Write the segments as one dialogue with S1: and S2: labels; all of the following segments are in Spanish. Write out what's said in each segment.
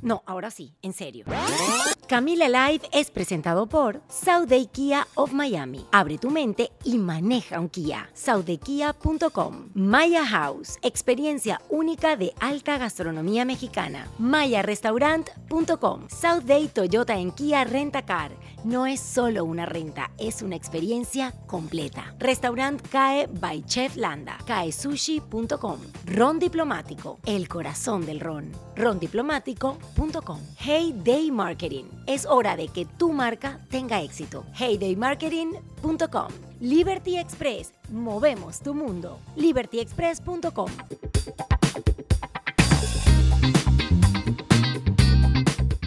S1: No, ahora sí, en serio. Camila Live es presentado por Saude Kia of Miami. Abre tu mente y maneja un Kia. Saudekia.com. Maya House, experiencia única de alta gastronomía mexicana. Mayarestaurant.com. South Day Toyota en Kia Renta Car. No es solo una renta, es una experiencia completa. Restaurant CAE by Chef Landa. CAESushi.com. Ron Diplomático, el corazón del ron. Rondiplomático.com. Hey Day Marketing. Es hora de que tu marca tenga éxito. HeyDayMarketing.com. Liberty Express. Movemos tu mundo. LibertyExpress.com.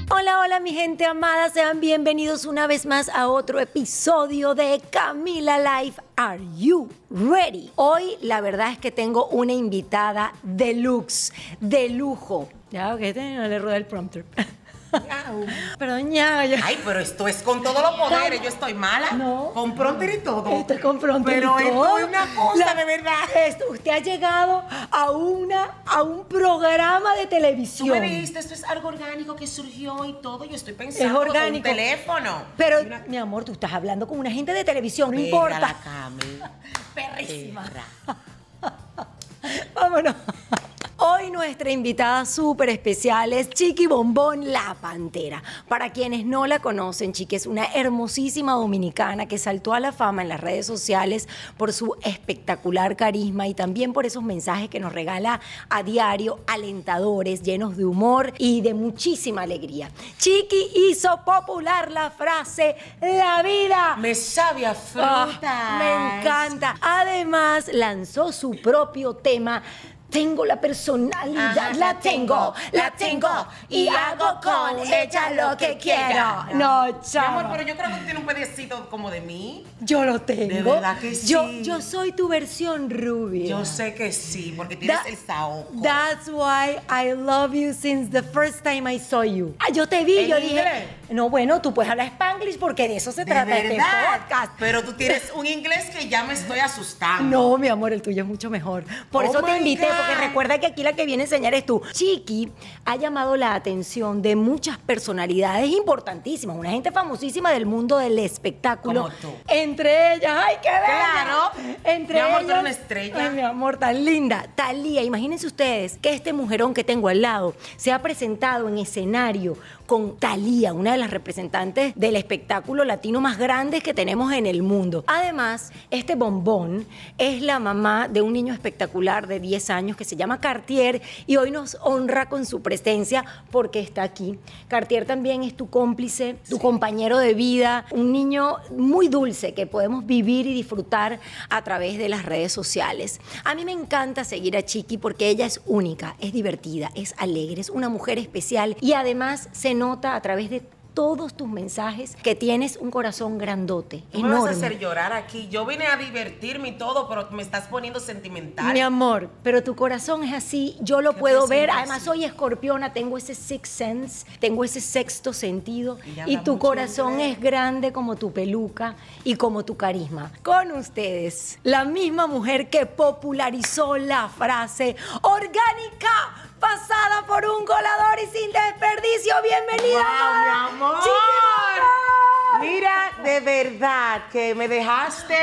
S1: Hola, hola mi gente amada, sean bienvenidos una vez más a otro episodio de Camila Life. Are you ready? Hoy la verdad es que tengo una invitada de lux, de lujo. Ya, ok, este no le rueda el prompter. Perdón, ya, ya.
S2: Ay, pero esto es con todos los poderes. Yo estoy mala.
S1: No.
S2: Con pronter y todo.
S1: Estoy con prompter y
S2: Pero
S1: todo.
S2: esto es una cosa
S1: La-
S2: de verdad.
S1: Esto, usted ha llegado a, una, a un programa de
S2: Tú
S1: televisión.
S2: me dijiste, esto es algo orgánico que surgió y todo. Yo estoy pensando
S1: Es orgánico.
S2: en un teléfono.
S1: Pero,
S2: Y una-
S1: mi amor, tú estás hablando con una gente de televisión, no
S2: Perra
S1: importa.
S2: la Cami.
S1: Perrísima.
S2: Perra.
S1: Vámonos. Hoy nuestra invitada súper especial es Chiqui Bombón La Pantera. Para quienes no la conocen, Chiqui es una hermosísima dominicana que saltó a la fama en las redes sociales por su espectacular carisma y también por esos mensajes que nos regala a diario, alentadores, llenos de humor y de muchísima alegría. Chiqui hizo popular la frase La vida
S2: Me sabe a
S1: Ah,
S2: frutas.
S1: me encanta. Además, lanzó su propio tema. Tengo la personalidad,
S2: Ajá,
S1: la, tengo, la tengo, y hago con ella lo que quiero. No,
S2: Mi
S1: chamo.
S2: amor, pero yo creo que tú tienes un pedacito como de mí.
S1: Yo lo tengo.
S2: De verdad que
S1: Yo,
S2: sí.
S1: yo soy tu versión rubia.
S2: Yo sé que sí, porque tienes
S1: That-
S2: el saoco.
S1: That's why I love you since the first time I saw you. Ah, yo te vi,
S2: ¿En
S1: yo dije,
S2: inglés?
S1: no, bueno, tú puedes hablar spanglish porque de eso se
S2: De
S1: trata este
S2: verdad.
S1: podcast.
S2: Pero tú tienes un inglés que ya me estoy asustando.
S1: Ah, No, mi amor, el tuyo es mucho mejor. Por
S2: Oh
S1: eso te
S2: my
S1: invité,
S2: God.
S1: porque recuerda que aquí la que viene a enseñar es tú. Chiqui ha llamado la atención de muchas personalidades importantísimas, una gente famosísima del mundo del espectáculo.
S2: Como tú.
S1: Entre ellas, ¡ay, qué bella!
S2: Claro.
S1: Entre
S2: Mi amor, tú
S1: ellas,
S2: eres una estrella.
S1: Ay, mi amor, tan linda. Talía, imagínense ustedes que este mujerón que tengo al lado se ha presentado en escenario con Talía, una de las representantes del espectáculo latino más grande que tenemos en el mundo. Además, este bombón es la mamá de un niño espectacular de 10 años que se llama Cartier y hoy nos honra con su presencia porque está aquí. Cartier también es tu cómplice, tu compañero de vida, un niño muy dulce que podemos vivir y disfrutar a través de las redes sociales. A mí me encanta seguir a Chiqui porque ella es única, es divertida, es alegre, es una mujer especial y además se nota a través de todos tus mensajes que tienes un corazón grandote,
S2: Tú me vas a hacer
S1: enorme.
S2: llorar aquí. Yo vine a divertirme y todo, pero me estás poniendo sentimental.
S1: Mi amor, pero tu corazón es así, yo lo puedo
S2: corazón
S1: ver.
S2: es así?
S1: Además, soy escorpiona, tengo ese sixth sense, tengo ese sexto sentido.
S2: Ella
S1: Y
S2: habla
S1: tu
S2: mucho
S1: corazón
S2: inglés.
S1: es grande como tu peluca y como tu carisma. Con ustedes, la misma mujer que popularizó la frase orgánica pasada por un colador y sin desperdicio. Bienvenida,
S2: Guau, mi
S1: amada,
S2: amor.
S1: Chiqui Bombón.
S2: Mira, de
S3: de verdad que me dejaste.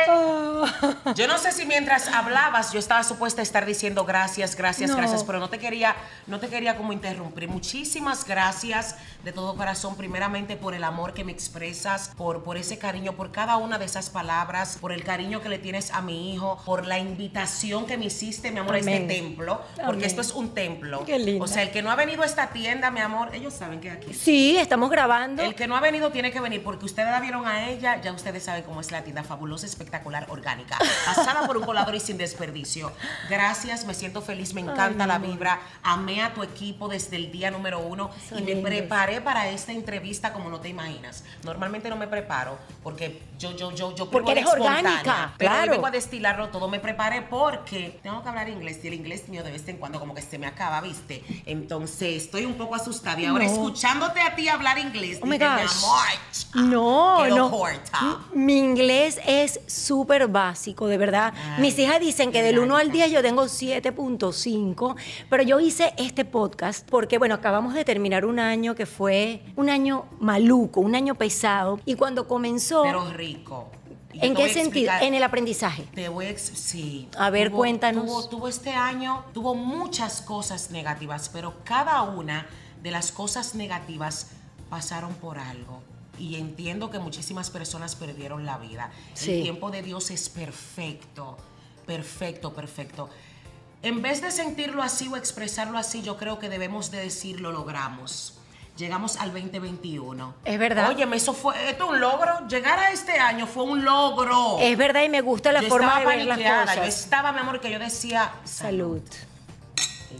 S2: Yo no sé si mientras hablabas yo estaba supuesta a estar diciendo gracias, gracias,
S1: No.
S2: gracias, pero no te quería, no te quería como interrumpir. Muchísimas gracias de todo corazón, primeramente por el amor que me expresas, por, por ese cariño, por cada una de esas palabras, por el cariño que le tienes a mi hijo, por la invitación que me hiciste, mi amor, a
S1: Amén.
S2: este templo,
S1: Amén.
S2: porque esto es un templo.
S1: Qué linda.
S2: O sea, el que no ha venido a esta tienda, mi amor, ellos saben que aquí.
S1: Sí, estamos grabando.
S2: El que no ha venido tiene que venir porque ustedes la vieron a ella, ya ustedes saben cómo es la tienda fabulosa, espectacular, orgánica, pasada por un colador y sin desperdicio. Gracias, me siento feliz, me encanta la vibra, amé a tu equipo desde el día número uno
S1: Son
S2: y me
S1: lindos.
S2: preparé para esta entrevista como no te imaginas. Normalmente no me preparo porque yo, yo, yo, yo
S1: Porque
S2: privo
S1: eres
S2: de
S1: orgánica,
S2: espontánea, pero hoy
S1: claro.
S2: vengo a destilarlo todo, me preparé porque tengo que hablar inglés y el inglés mío de vez en cuando como que se me acaba, ¿viste? Entonces estoy un poco asustada y ahora
S1: No.
S2: escuchándote a ti hablar inglés.
S1: Oh my
S2: Dije,
S1: gosh.
S2: "Mi amor,
S1: No,
S2: quedó
S1: no.
S2: corta".
S1: Mi inglés es súper básico, de verdad.
S2: Ay,
S1: Mis hijas dicen que del
S2: qué
S1: 1 al
S2: maravilla.
S1: 10 yo tengo 7.5, pero yo hice este podcast porque, bueno, acabamos de terminar un año que fue un año maluco, un año pesado, y cuando comenzó,
S2: Pero rico. Y yo
S1: ¿en
S2: te
S1: qué
S2: voy a
S1: sentido?
S2: explicar-
S1: En el aprendizaje.
S2: Te voy a ex- sí.
S1: A ver,
S2: Tuvo-
S1: cuéntanos.
S2: Tuvo, tuvo este año, tuvo muchas cosas negativas, pero cada una de las cosas negativas pasaron por algo. Y entiendo que muchísimas personas perdieron la vida.
S1: Sí.
S2: El tiempo de Dios es perfecto, perfecto, perfecto. En vez de sentirlo así o expresarlo así, yo creo que debemos de decir lo logramos. Llegamos al 2021.
S1: Es verdad.
S2: Óyeme, eso fue, esto es un logro. Llegar a este año fue un logro
S1: Es verdad y me gusta la
S2: Oh. yo
S1: forma de
S2: estaba
S1: ver las
S2: paniqueada, Yo
S1: cosas.
S2: estaba, mi amor, que yo decía
S1: Salud.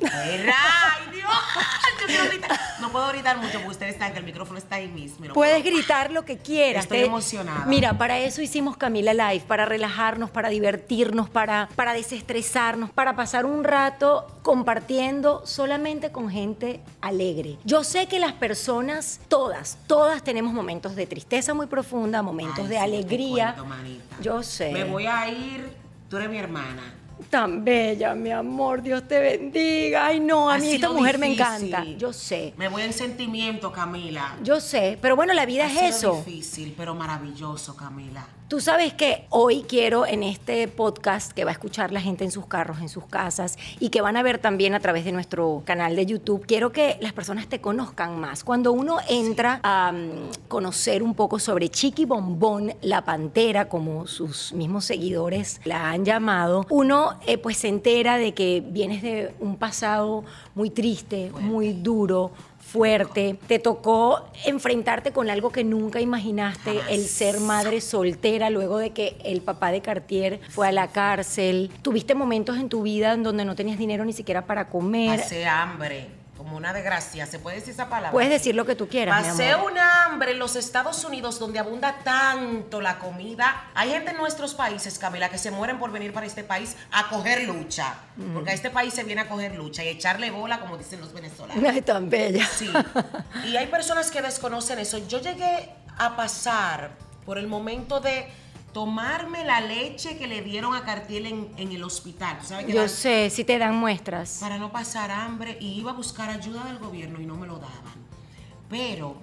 S2: Era, ¡Ay, Dios! Yo quiero gritar. No puedo gritar mucho porque ustedes saben que el micrófono está ahí mismo. y no
S1: Puedes
S2: puedo.
S1: gritar lo que quieras.
S2: Estoy emocionada.
S1: Mira, para eso hicimos Camila Live, para relajarnos, para divertirnos, para, para desestresarnos, para pasar un rato compartiendo solamente con gente alegre. Yo sé que las personas, todas, todas tenemos momentos de tristeza muy profunda, momentos
S2: Ay,
S1: de
S2: sí, no te
S1: alegría.
S2: cuento, manita.
S1: Yo sé.
S2: Me voy a ir. Tú eres mi hermana.
S1: Tan bella, mi amor, Dios te bendiga. Ay, no, a
S2: Ha
S1: mí esta
S2: sido
S1: mujer me
S2: difícil.
S1: encanta. Yo sé.
S2: Me voy en sentimiento, Camila.
S1: Yo sé, pero bueno, la vida
S2: Ha
S1: es
S2: sido
S1: eso.
S2: difícil, pero maravilloso, Camila.
S1: Tú sabes que hoy quiero en este podcast que va a escuchar la gente en sus carros, en sus casas y que van a ver también a través de nuestro canal de YouTube, quiero que las personas te conozcan más. Cuando uno entra a mm, conocer un poco sobre Chiqui Bombón, la pantera, como sus mismos seguidores la han llamado, uno eh, pues se entera de que vienes de un pasado muy triste, muy duro fuerte, te tocó enfrentarte con algo que nunca imaginaste,
S2: Jamás.
S1: el ser madre soltera luego de que el papá de Cartier fue a la cárcel. Tuviste momentos en tu vida en donde no tenías dinero ni siquiera para comer.
S2: Pasé hambre, como una desgracia. ¿Se puede decir esa palabra?
S1: Puedes decir lo que tú quieras, mi
S2: Pasé
S1: amor.
S2: una hambre en los Estados Unidos donde abunda tanto la comida. Hay gente en nuestros países, Camila, que se mueren por venir para este país a coger lucha.
S1: Mm.
S2: Porque a este país se viene a coger lucha y a echarle bola, como dicen los venezolanos.
S1: Ay, tan bella.
S2: Sí. Y hay personas que desconocen eso. Yo llegué a pasar por el momento de tomarme la leche que le dieron a Cartiel en, en el hospital. ¿Tú sabes qué
S1: Yo
S2: dan?
S1: sé, si te dan muestras.
S2: para no pasar hambre y iba a buscar ayuda del gobierno y no me lo daban. Pero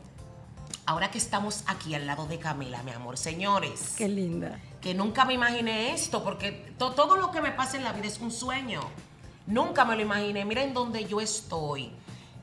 S2: ahora que estamos aquí al lado de Camila, mi amor, señores,
S1: Qué linda.
S2: que nunca me imaginé esto, porque to- todo lo que me pasa en la vida es un sueño. Nunca me lo imaginé. Miren dónde yo estoy.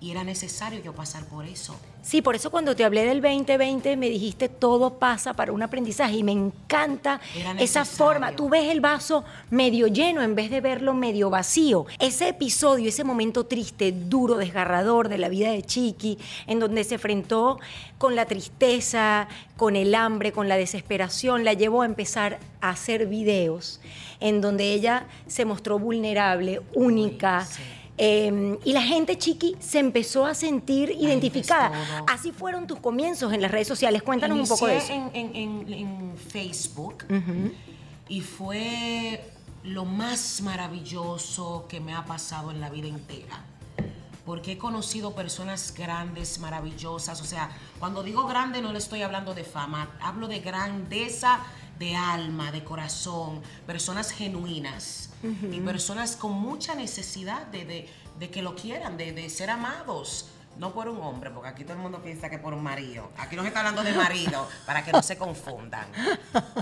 S2: Y era necesario yo pasar por eso.
S1: Sí, por eso cuando te hablé del 2020 me dijiste todo pasa para un aprendizaje y me encanta
S2: Era
S1: esa
S2: necesario.
S1: forma. Tú ves el vaso medio lleno en vez de verlo medio vacío. Ese episodio, ese momento triste, duro, desgarrador de la vida de Chiqui, en donde se enfrentó con la tristeza, con el hambre, con la desesperación, la llevó a empezar a hacer videos en donde ella se mostró vulnerable, única.
S2: sí.
S1: Eh, y la gente chiqui se empezó a sentir identificada.
S2: empezó.
S1: Así fueron tus comienzos en las redes sociales. Cuéntanos un poco de eso.
S2: Inicié En, en- en- en Facebook y fue lo más maravilloso que me ha pasado en la vida entera. Porque he conocido personas grandes, maravillosas. O sea, cuando digo grande no le estoy hablando de fama, hablo de grandeza de alma, de corazón, personas genuinas y personas con mucha necesidad de, de- de que lo quieran, de, de ser amados, No por un hombre, porque aquí todo el mundo piensa que por un marido. Aquí no se está hablando de marido, para que no se confundan.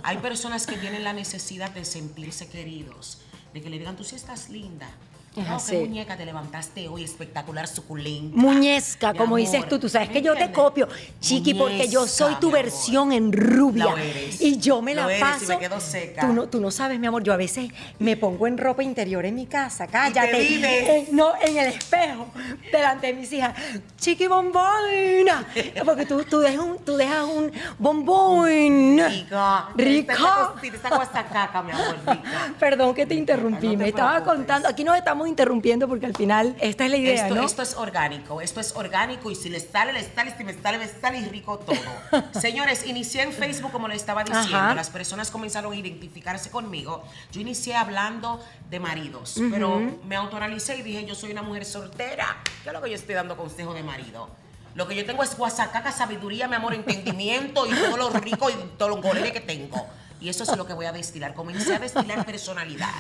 S2: Hay personas que tienen la necesidad de sentirse queridos, de que le digan, tú sí estás linda.
S1: Es
S2: "Wow, qué
S1: así.
S2: muñeca te levantaste hoy, espectacular, suculenta.
S1: Muñezca,
S2: Mi
S1: como
S2: amor,
S1: dices tú, tú sabes
S2: ¿me
S1: que yo te
S2: entiendes?
S1: copio, chiqui, porque yo
S2: Muñezca,
S1: soy tu
S2: mi amor.
S1: versión en rubia
S2: Lo eres.
S1: y yo me la
S2: Lo eres y me
S1: paso.
S2: quedo seca.
S1: Tú no, tú no sabes, mi amor, yo a veces me pongo en ropa interior en mi casa, cállate.
S2: vives.
S1: Eh, no, en el espejo, delante de mis hijas, chiqui bombona, porque tú, tú dejas un, tú dejas un bombón
S2: Rica.
S1: rico.
S2: Te saco esta caca, mi amor, rica.
S1: Perdón que te interrumpí,
S2: No te
S1: me estaba
S2: preocupes.
S1: contando, aquí nos estamos interrumpiendo porque al final esta es la idea,
S2: esto,
S1: ¿no?
S2: esto es orgánico, esto es orgánico y si les sale, les sale, y si me sale, me sale y rico todo. Señores, inicié en Facebook como les estaba diciendo,
S1: Ajá.
S2: las personas comenzaron a identificarse conmigo. Yo inicié hablando de maridos, pero me autoanalicé y dije, yo soy una mujer soltera. ¿Qué es lo que yo estoy dando consejo de marido? Lo que yo tengo es guasacaca, sabiduría, mi amor, entendimiento y todo lo rico y todo lo golete que tengo. Y eso es lo que voy a destilar. Comencé a destilar personalidad.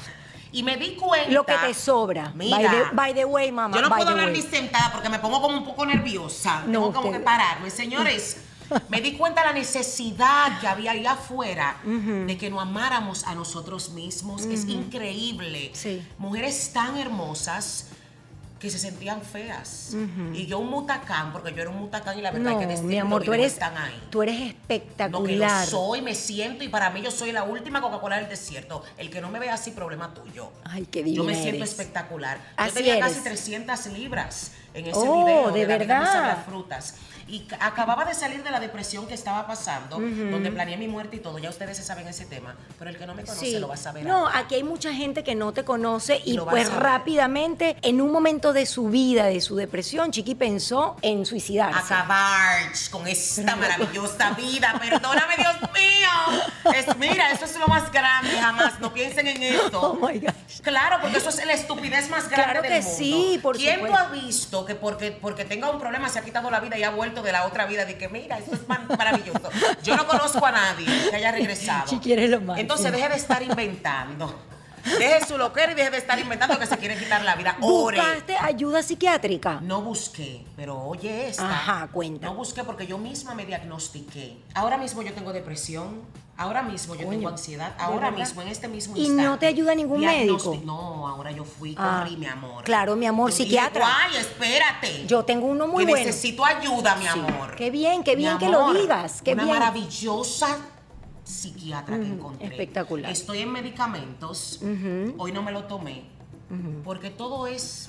S2: Y me di cuenta.
S1: Lo que te sobra.
S2: Mira.
S1: By, the, by the way, mamá.
S2: Yo no
S1: by
S2: puedo
S1: the
S2: hablar
S1: way.
S2: ni sentada porque me pongo como un poco nerviosa.
S1: No,
S2: Tengo como
S1: usted-
S2: que pararme. Señores, me di cuenta la necesidad que había allá afuera de que nos amáramos a nosotros mismos. Es increíble.
S1: Sí.
S2: Mujeres tan hermosas que se sentían feas. Y yo un mutacán, porque yo era un mutacán y la verdad
S1: No,
S2: hay que decirlo,
S1: mi amor,
S2: y
S1: tú
S2: no
S1: eres,
S2: están ahí.
S1: tú eres
S2: Lo que yo
S1: espectacular.
S2: soy, me siento y para mí yo soy la última Coca-Cola del desierto. El que no me vea así, problema tuyo.
S1: Ay, qué
S2: Yo me
S1: divina
S2: siento
S1: eres.
S2: espectacular.
S1: Así
S2: yo tenía
S1: eres.
S2: casi 300 libras en ese
S1: Oh,
S2: video
S1: de
S2: la vida me
S1: verdad.
S2: sabía a frutas. Y ca- acababa de salir de la depresión que estaba pasando, donde planeé mi muerte y todo. Ya ustedes se saben ese tema, pero el que no me conoce
S1: Sí.
S2: lo va a saber.
S1: No,
S2: ahora.
S1: aquí hay mucha gente que no te conoce y
S2: Lo va a
S1: pues
S2: saber.
S1: rápidamente, en un momento de su vida, de su depresión, Chiqui pensó en suicidarse.
S2: acabar con esta maravillosa vida. Perdóname, Dios mío. Es- mira, eso es lo más grande jamás. No piensen en
S1: Oh
S2: esto.
S1: my gosh.
S2: Claro, porque eso es la estupidez más grande
S1: Claro
S2: del
S1: que
S2: mundo.
S1: sí, por
S2: ¿Quién
S1: supuesto.
S2: tú ha visto que porque, porque tenga un problema se ha quitado la vida y ha vuelto de la otra vida? De que mira, esto es man- maravilloso. Yo no conozco a nadie que haya regresado.
S1: Si quieres lo máximo.
S2: Entonces deje de estar inventando. Deje su loquero y deje de estar inventando que se quiere quitar la vida. Ore.
S1: ¿Buscaste ayuda psiquiátrica?
S2: No busqué, pero oye esta.
S1: Ajá, cuenta.
S2: No busqué porque yo misma me diagnostiqué. Ahora mismo yo tengo depresión. Ahora mismo yo
S1: Coño,
S2: tengo ansiedad.
S1: ¿de
S2: Ahora
S1: verdad?
S2: mismo, en este mismo
S1: ¿Y
S2: instante.
S1: no te ayuda ningún
S2: diagnosti-
S1: médico?
S2: No, ahora yo fui,
S1: Ah,
S2: corrí, mi amor.
S1: claro, mi amor,
S2: Yo dije,
S1: psiquiatra.
S2: Ay, espérate.
S1: Yo tengo uno muy
S2: que
S1: bueno.
S2: necesito ayuda, mi
S1: Sí.
S2: amor.
S1: Qué bien, qué
S2: Mi
S1: bien que lo
S2: amor,
S1: digas, qué
S2: una
S1: bien.
S2: maravillosa psiquiatra que
S1: Mm,
S2: encontré.
S1: espectacular.
S2: Estoy en medicamentos. Hoy no me lo tomé. Porque todo es,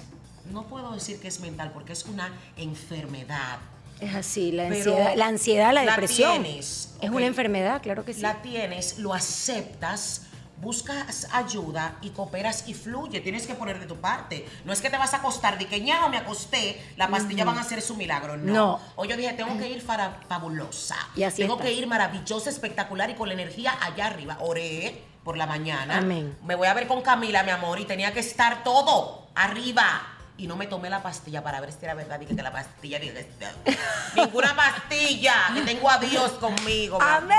S2: no puedo decir que es mental, porque es una enfermedad.
S1: Es así, la
S2: Pero
S1: ansiedad, la, ansiedad, la
S2: la
S1: depresión.
S2: tienes,
S1: Es
S2: ok.
S1: una enfermedad, claro que sí.
S2: La tienes, lo aceptas, buscas ayuda y cooperas y fluye. Tienes que poner de tu parte. No es que te vas a acostar, de que ya no me acosté, la pastilla van a hacer su milagro. No.
S1: No.
S2: O yo dije, tengo que ir fara- fabulosa.
S1: Y así
S2: tengo
S1: estás.
S2: que ir maravillosa, espectacular y con la energía allá arriba. Oré por la mañana.
S1: Amén.
S2: Me voy a ver con Camila, mi amor, y tenía que estar todo arriba. Y no me tomé la pastilla para ver si era verdad. Dije que la pastilla. dije que- Ninguna pastilla. Que tengo a Dios conmigo. mi amor.
S1: Amén,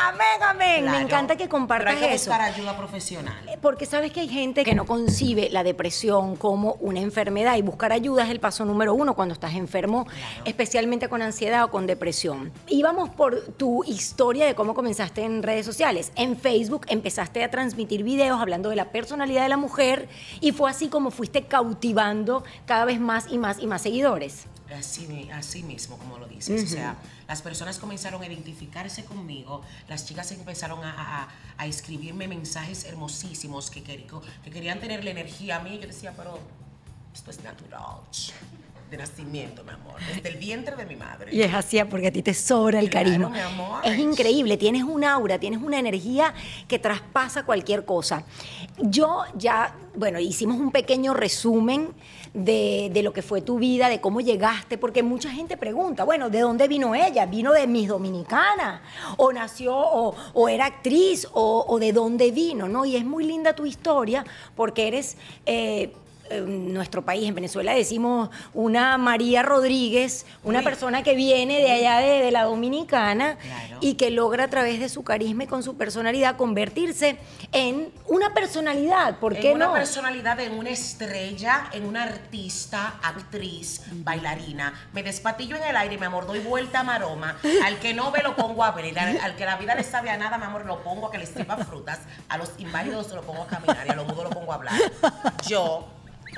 S1: amén, amén. Me
S2: Claro.
S1: encanta que compartas
S2: Pero hay que
S1: eso.
S2: buscar ayuda profesional.
S1: Porque sabes que hay gente que no concibe la depresión como una enfermedad y buscar ayuda es el paso número uno cuando estás enfermo, especialmente con ansiedad o con depresión. Íbamos por tu historia de cómo comenzaste en redes sociales. En Facebook empezaste a transmitir videos hablando de la personalidad de la mujer y fue así como fuiste cautivando cada vez más y más y más seguidores.
S2: Así, mi- así mismo, como lo dices. O sea, las personas comenzaron a identificarse conmigo, las chicas empezaron a, a- a- a escribirme mensajes hermosísimos que, quer- que querían tener la energía a mí. Yo decía, pero esto es natural. De nacimiento, mi amor. Desde el vientre de mi madre.
S1: Y es así, porque a ti te sobra el
S2: Claro,
S1: carisma.
S2: mi amor.
S1: Es increíble, tienes un aura, tienes una energía que traspasa cualquier cosa. Yo ya, bueno, hicimos un pequeño resumen de, de lo que fue tu vida, de cómo llegaste, porque mucha gente pregunta, bueno, ¿de dónde vino ella? ¿Vino de mis dominicanas? ¿O nació, o, o era actriz, o, o de dónde vino? ¿no? Y es muy linda tu historia, porque eres... eh, en nuestro país, en Venezuela, decimos una María Rodríguez, una
S2: Uy.
S1: persona que viene de allá de, de la Dominicana
S2: Claro.
S1: y que logra a través de su carisma y con su personalidad convertirse en una personalidad, ¿por qué
S2: en una
S1: no?
S2: personalidad, en una estrella, en una artista, actriz, bailarina. Me despatillo en el aire, mi amor, doy vuelta a maroma. Al que no ve lo pongo a ver, al, al que la vida le sabe a nada, mi amor, lo pongo a que le sirva frutas. A los inválidos se lo pongo a caminar y a los mudos lo pongo a hablar. Yo.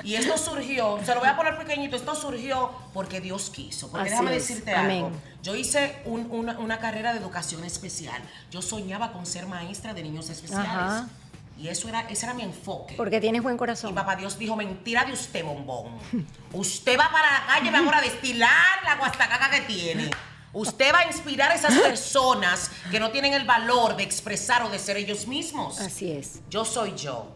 S2: Y esto surgió, se lo voy a poner pequeñito, esto surgió porque Dios quiso. Porque
S1: Así
S2: déjame
S1: es.
S2: decirte
S1: Amén.
S2: algo. Yo hice un- una, una carrera de educación especial. Yo soñaba con ser maestra de niños especiales.
S1: Ajá.
S2: Y eso era, ese era mi enfoque.
S1: Porque tienes buen
S2: Y
S1: corazón.
S2: papá Dios dijo, mentira de usted, bombón. Usted va para la calle, mi amor, a destilar la guastacaca que tiene. Usted va a inspirar a esas personas que no tienen el valor de expresar o de ser ellos mismos.
S1: Así es.
S2: Yo soy yo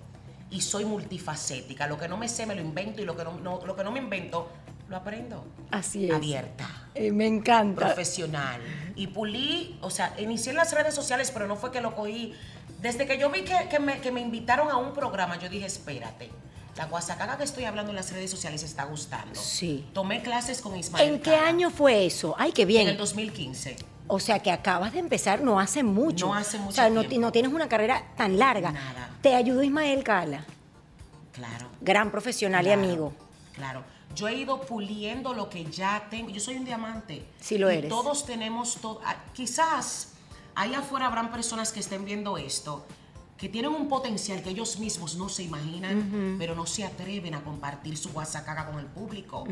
S2: y soy multifacética. Lo que no me sé me lo invento y lo que no, no- lo que no me invento lo aprendo.
S1: Así es.
S2: Abierta
S1: Eh, me encanta.
S2: profesional. Y pulí, o sea, inicié en las redes sociales, pero no fue que lo cogí. Desde que yo vi que, que me, que me invitaron a un programa, yo dije, espérate, la guasacaca que estoy hablando en las redes sociales está gustando.
S1: Sí.
S2: Tomé clases con Ismael.
S1: ¿En qué
S2: Cara
S1: año fue eso? Ay, qué
S2: En el
S1: bien.
S2: 2015.
S1: O sea, que acabas de empezar no hace mucho.
S2: No hace mucho
S1: O sea, no, ti-
S2: tiempo.
S1: no tienes una carrera tan larga.
S2: Nada.
S1: Te ayudó Ismael Cala,
S2: Claro.
S1: gran profesional
S2: Claro,
S1: y amigo.
S2: Claro. Yo he ido puliendo lo que ya tengo. Yo soy un diamante.
S1: Sí lo
S2: Y
S1: eres.
S2: Todos tenemos todo. Quizás allá afuera habrán personas que estén viendo esto que tienen un potencial que ellos mismos no se imaginan, pero no se atreven a compartir su guasacaga con el público.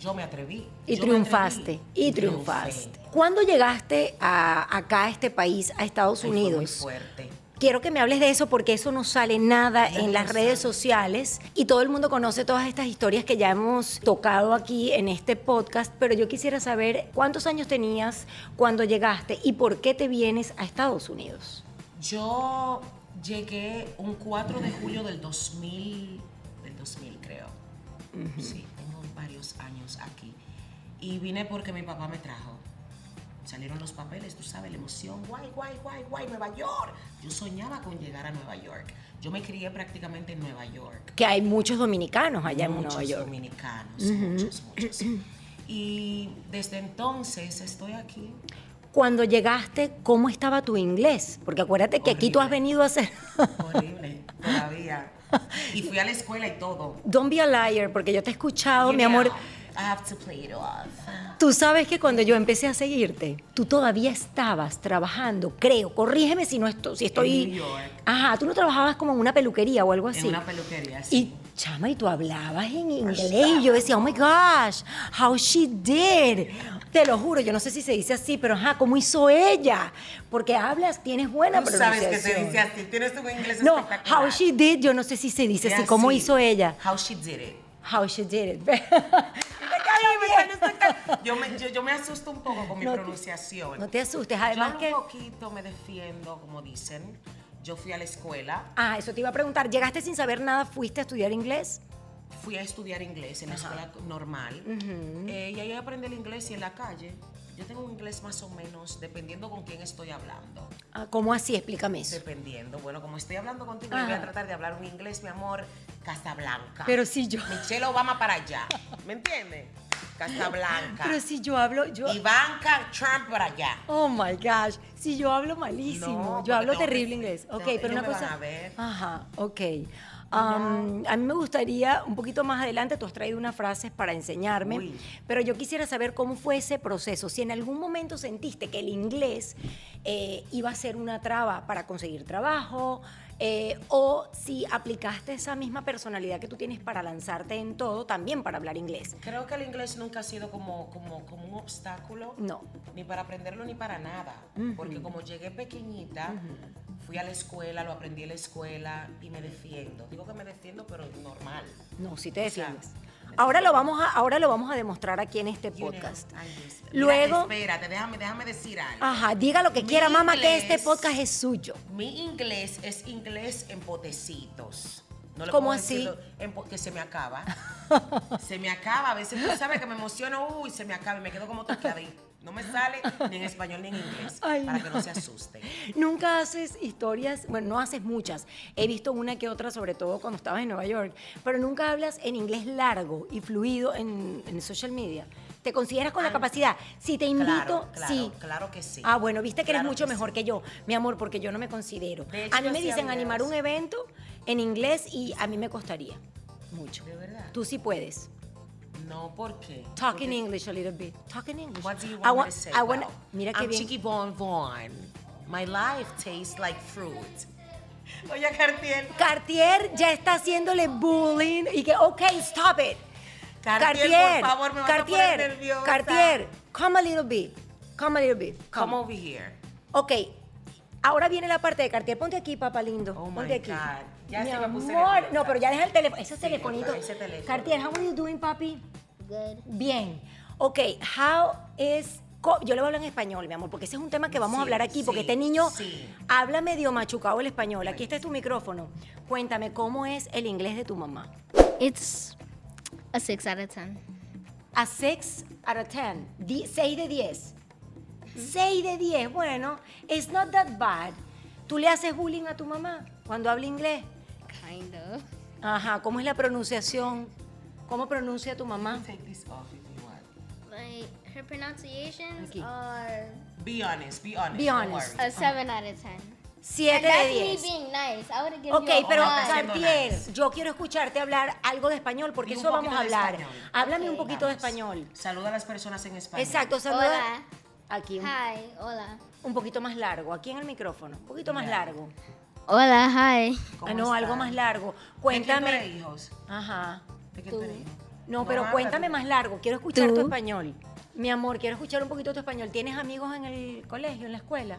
S2: Yo me
S1: Y
S2: atreví. Yo me atreví.
S1: triunfaste, y triunfaste.
S2: Triunfé.
S1: ¿Cuándo llegaste a- acá a este país, a Estados
S2: Ay, fue muy
S1: Unidos?
S2: fuerte.
S1: Quiero que me hables de eso porque eso no sale nada
S2: Ya
S1: en
S2: no
S1: las
S2: sale.
S1: redes sociales y todo el mundo conoce todas estas historias que ya hemos tocado aquí en este podcast, pero yo quisiera saber cuántos años tenías cuando llegaste y por qué te vienes a Estados Unidos.
S2: Yo llegué un 4 de julio del 2000, del 2000 creo. Sí, tengo varios años aquí. Y vine porque mi papá me trajo. Salieron los papeles, tú sabes, la emoción, guay, guay, guay, guay, Nueva York. Yo soñaba con llegar a Nueva York. Yo me crié prácticamente en Nueva York.
S1: Que hay muchos dominicanos allá
S2: muchos
S1: en Nueva York.
S2: dominicanos, muchos, muchos. Y desde entonces estoy aquí.
S1: Cuando llegaste, ¿cómo estaba tu inglés? Porque acuérdate que aquí tú has
S2: Horrible.
S1: venido a hacer...
S2: Horrible, todavía. Y fui a la escuela y todo.
S1: Don't be a liar, porque yo te he escuchado,
S2: You
S1: Oh, mi amor.
S2: know, I have to play it off.
S1: Tú sabes que cuando yo empecé a seguirte, tú todavía estabas trabajando, creo, corrígeme si no estoy, si estoy...
S2: New York.
S1: Ajá, tú no trabajabas como en una peluquería o algo así.
S2: eh. En una peluquería,
S1: Oh, Y
S2: sí.
S1: chama, y tú hablabas en inglés. Y yo decía, oh my gosh, how she did. Te lo juro, yo no sé si se dice así, pero ajá, ¿cómo hizo ella? Porque hablas, tienes buena
S2: Tú sabes
S1: pronunciación.
S2: que se dice así. Tienes un inglés
S1: No,
S2: espectacular.
S1: how she did, yo no sé si se dice así, ¿cómo hizo ella?
S2: How she did it.
S1: How she did it. Me cae bien.
S2: Yo me, yo, yo me asusto un poco con mi
S1: No te-
S2: pronunciación.
S1: No te asustes, además
S2: yo
S1: que...
S2: un poquito me defiendo, como dicen. Yo fui a la escuela,
S1: Ah, eso te iba a preguntar. ¿Llegaste sin saber nada? ¿Fuiste a estudiar inglés?
S2: fui a estudiar inglés en la escuela normal. Eh, y ahí aprendí el inglés y en la calle. Yo tengo un inglés más o menos, dependiendo con quién estoy hablando.
S1: Ah, ¿Cómo así? Explícame eso.
S2: Dependiendo. Bueno, como estoy hablando contigo, yo voy
S1: Ajá.
S2: a tratar de hablar un inglés, mi amor, Casablanca.
S1: Pero si yo...
S2: Michelle Obama para allá. ¿Me entiendes? Casablanca.
S1: Pero si yo hablo... Yo...
S2: Ivanka Trump para allá.
S1: Oh my gosh, si yo hablo malísimo,
S2: No,
S1: yo hablo
S2: porque tengo
S1: terrible
S2: que-
S1: inglés.
S2: no,
S1: Ok,
S2: ellos
S1: pero una
S2: me van
S1: cosa.
S2: a ver.
S1: Ajá, ok. Um, A mí me gustaría un poquito más adelante, tú has traído unas frases para enseñarme,
S2: Uy.
S1: pero yo quisiera saber cómo fue ese proceso. Si en algún momento sentiste que el inglés eh, iba a ser una traba para conseguir trabajo, eh, o si aplicaste esa misma personalidad que tú tienes para lanzarte en todo, también para hablar inglés.
S2: Creo que el inglés nunca ha sido como, como, como un obstáculo.
S1: No.
S2: Ni para aprenderlo ni para nada. Porque como llegué pequeñita, fui a la escuela, lo aprendí en la escuela y me defiendo. Digo que me defiendo, pero normal.
S1: No, si te
S2: O sea,
S1: defiendes. Ahora lo, vamos a, ahora lo vamos a demostrar aquí en este
S2: You know,
S1: podcast.
S2: I just- Mira,
S1: Luego- Ah.
S2: espérate, déjame, déjame decir algo.
S1: Ajá, diga lo que
S2: Mi
S1: quiera, mamá, que
S2: inglés.
S1: este podcast es suyo.
S2: Mi inglés es inglés en potecitos. No le
S1: ¿Cómo
S2: puedo
S1: así?
S2: decirlo en po- que se me acaba. se me acaba. A veces tú sabes que me emociono, uy, se me acaba y me quedo como toqueadita. No me sale ni en español ni en inglés,
S1: Ay,
S2: para
S1: no.
S2: que no se asusten.
S1: Nunca haces historias, bueno, no haces muchas. He visto una que otra, sobre todo cuando estabas en Nueva York, pero nunca hablas en inglés largo y fluido en, en social media. ¿Te consideras con la
S2: Ah,
S1: capacidad? Si te invito,
S2: Claro, claro,
S1: sí.
S2: claro que sí.
S1: Ah, bueno, viste que eres
S2: Claro
S1: mucho
S2: que
S1: mejor
S2: sí.
S1: que yo, mi amor, porque yo no me considero.
S2: De hecho,
S1: a mí
S2: yo
S1: me
S2: hacía
S1: dicen animar
S2: videos.
S1: un evento en inglés y a mí me costaría mucho.
S2: ¿De verdad?
S1: Tú sí puedes.
S2: No, ¿por qué?
S1: Talk in
S2: Porque-
S1: English a little bit. Talk in English.
S2: What do you
S1: I
S2: want me
S1: wa-
S2: to say?
S1: I wanna-
S2: Val?
S1: mira qué
S2: I'm
S1: bien.
S2: Chiqui Bon Bon. My life tastes like fruit. Oye, Cartier.
S1: Cartier ya está haciéndole bullying y que, ok, stop it.
S2: Cartier, por favor, me vas a poner nerviosa.
S1: Cartier, come a little bit. Come a little bit.
S2: Come over here.
S1: Ok, ahora viene la parte de Cartier. Ponte aquí, papá lindo.
S2: Oh my
S1: Ponte aquí.
S2: God. Ya
S1: Mi
S2: sí me puse
S1: amor.
S2: nerviosa.
S1: No, pero ya deja el teléfono. Ese
S2: Sí,
S1: telefonito.
S2: ese teléfono.
S1: Cartier, how are you doing, papi?
S4: Good.
S1: Bien. Ok, how is. co- Yo le voy a hablar en español, mi amor, porque ese es un tema que vamos a
S2: Sí,
S1: hablar aquí, porque
S2: sí,
S1: este niño
S2: sí.
S1: habla medio machucado el español. Aquí está tu micrófono. Cuéntame, ¿cómo es el inglés de tu mamá?
S4: It's a six out of ten.
S1: A 6 out of 10. 6 de 10. 6 de 10. Bueno, it's not that bad. ¿Tú le haces bullying a tu mamá cuando habla inglés?
S4: Kind of.
S1: Ajá, ¿cómo es la pronunciación? ¿Cómo pronuncia tu mamá?
S2: Take this off if you want.
S4: Like her pronunciations
S1: Aquí.
S4: are
S2: Be honest, be honest.
S1: Be
S2: don't
S1: honest.
S2: worry.
S4: a seven out of ten.
S1: 7 de
S4: That's
S1: 10.
S4: me being nice. I would have given
S1: Ok,
S4: you a
S1: pero
S2: Ahora
S4: one.
S2: Cartier-
S1: Cartier, yo quiero escucharte hablar algo de español porque
S2: Y un
S1: eso vamos a
S2: poquito de
S1: hablar.
S2: español.
S1: Háblame
S4: Ok,
S1: un poquito de
S2: Vamos.
S1: español.
S2: Saluda a las personas en español.
S1: Exacto, saluda.
S4: Hola.
S1: Aquí, un,
S4: Hi. Hola.
S1: un poquito más largo, aquí en el micrófono, un poquito más
S2: Ya.
S1: largo.
S4: Hola. Hi.
S1: Ah,
S2: ¿Cómo
S1: no, algo
S2: están?
S1: más largo.
S2: ¿De quién tú
S1: Cuéntame.
S2: eres, hijos?
S1: Ajá.
S2: ¿De quién
S1: Tú.
S2: tú eres hijo?
S1: No, pero
S2: Mamá,
S1: cuéntame
S2: ¿tú?
S1: más largo, quiero escuchar tu
S4: Tú.
S1: español. Mi amor, quiero escuchar un poquito tu español. ¿Tienes amigos en el colegio, en la escuela?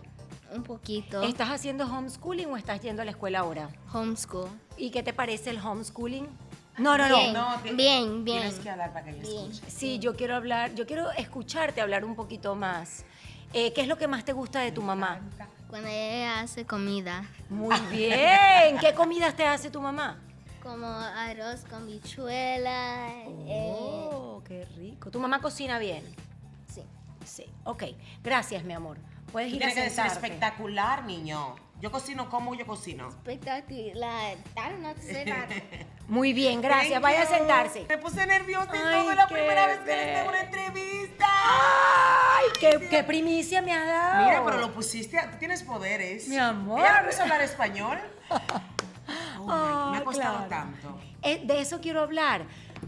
S4: Un poquito.
S1: ¿Estás haciendo homeschooling o estás yendo a la escuela ahora?
S4: Homeschool.
S1: ¿Y qué te parece el homeschooling? No, no, no.
S4: Bien.
S2: ti-
S4: bien, bien.
S2: Tienes que hablar para que yo
S4: Bien.
S2: escuche.
S1: Sí, yo quiero hablar, yo quiero escucharte hablar un poquito más. Eh, ¿Qué es lo que más te gusta de tu mamá?
S4: Cuando ella hace comida,
S1: Muy bien. ¿Qué comidas te hace tu mamá?
S4: como arroz con bichuela. eh,
S1: Oh, qué rico. ¿Tu mamá cocina bien?
S4: sí.
S1: Sí. Ok. Gracias, mi amor. Puedes
S2: Tú
S1: ir a
S2: Tienes que decir
S1: sentarte.
S2: espectacular, niño. Yo cocino como yo cocino.
S4: Espectacular. I don't know how to say that.
S1: Muy bien, gracias. Vaya a
S2: Thank you.
S1: sentarse.
S2: Me puse nerviosa y
S1: Ay,
S2: todo. Es la
S1: qué
S2: primera vez que les
S1: bello.
S2: tengo una entrevista.
S1: ¡Ay! Qué, qué primicia me has dado!
S2: Mira, pero lo pusiste. a- Tú tienes poderes.
S1: Mi amor.
S2: Ella no puso a hablar español. Oh, my, me
S1: Ah,
S2: ha costado
S1: claro.
S2: tanto.
S1: Eh, de eso quiero hablar.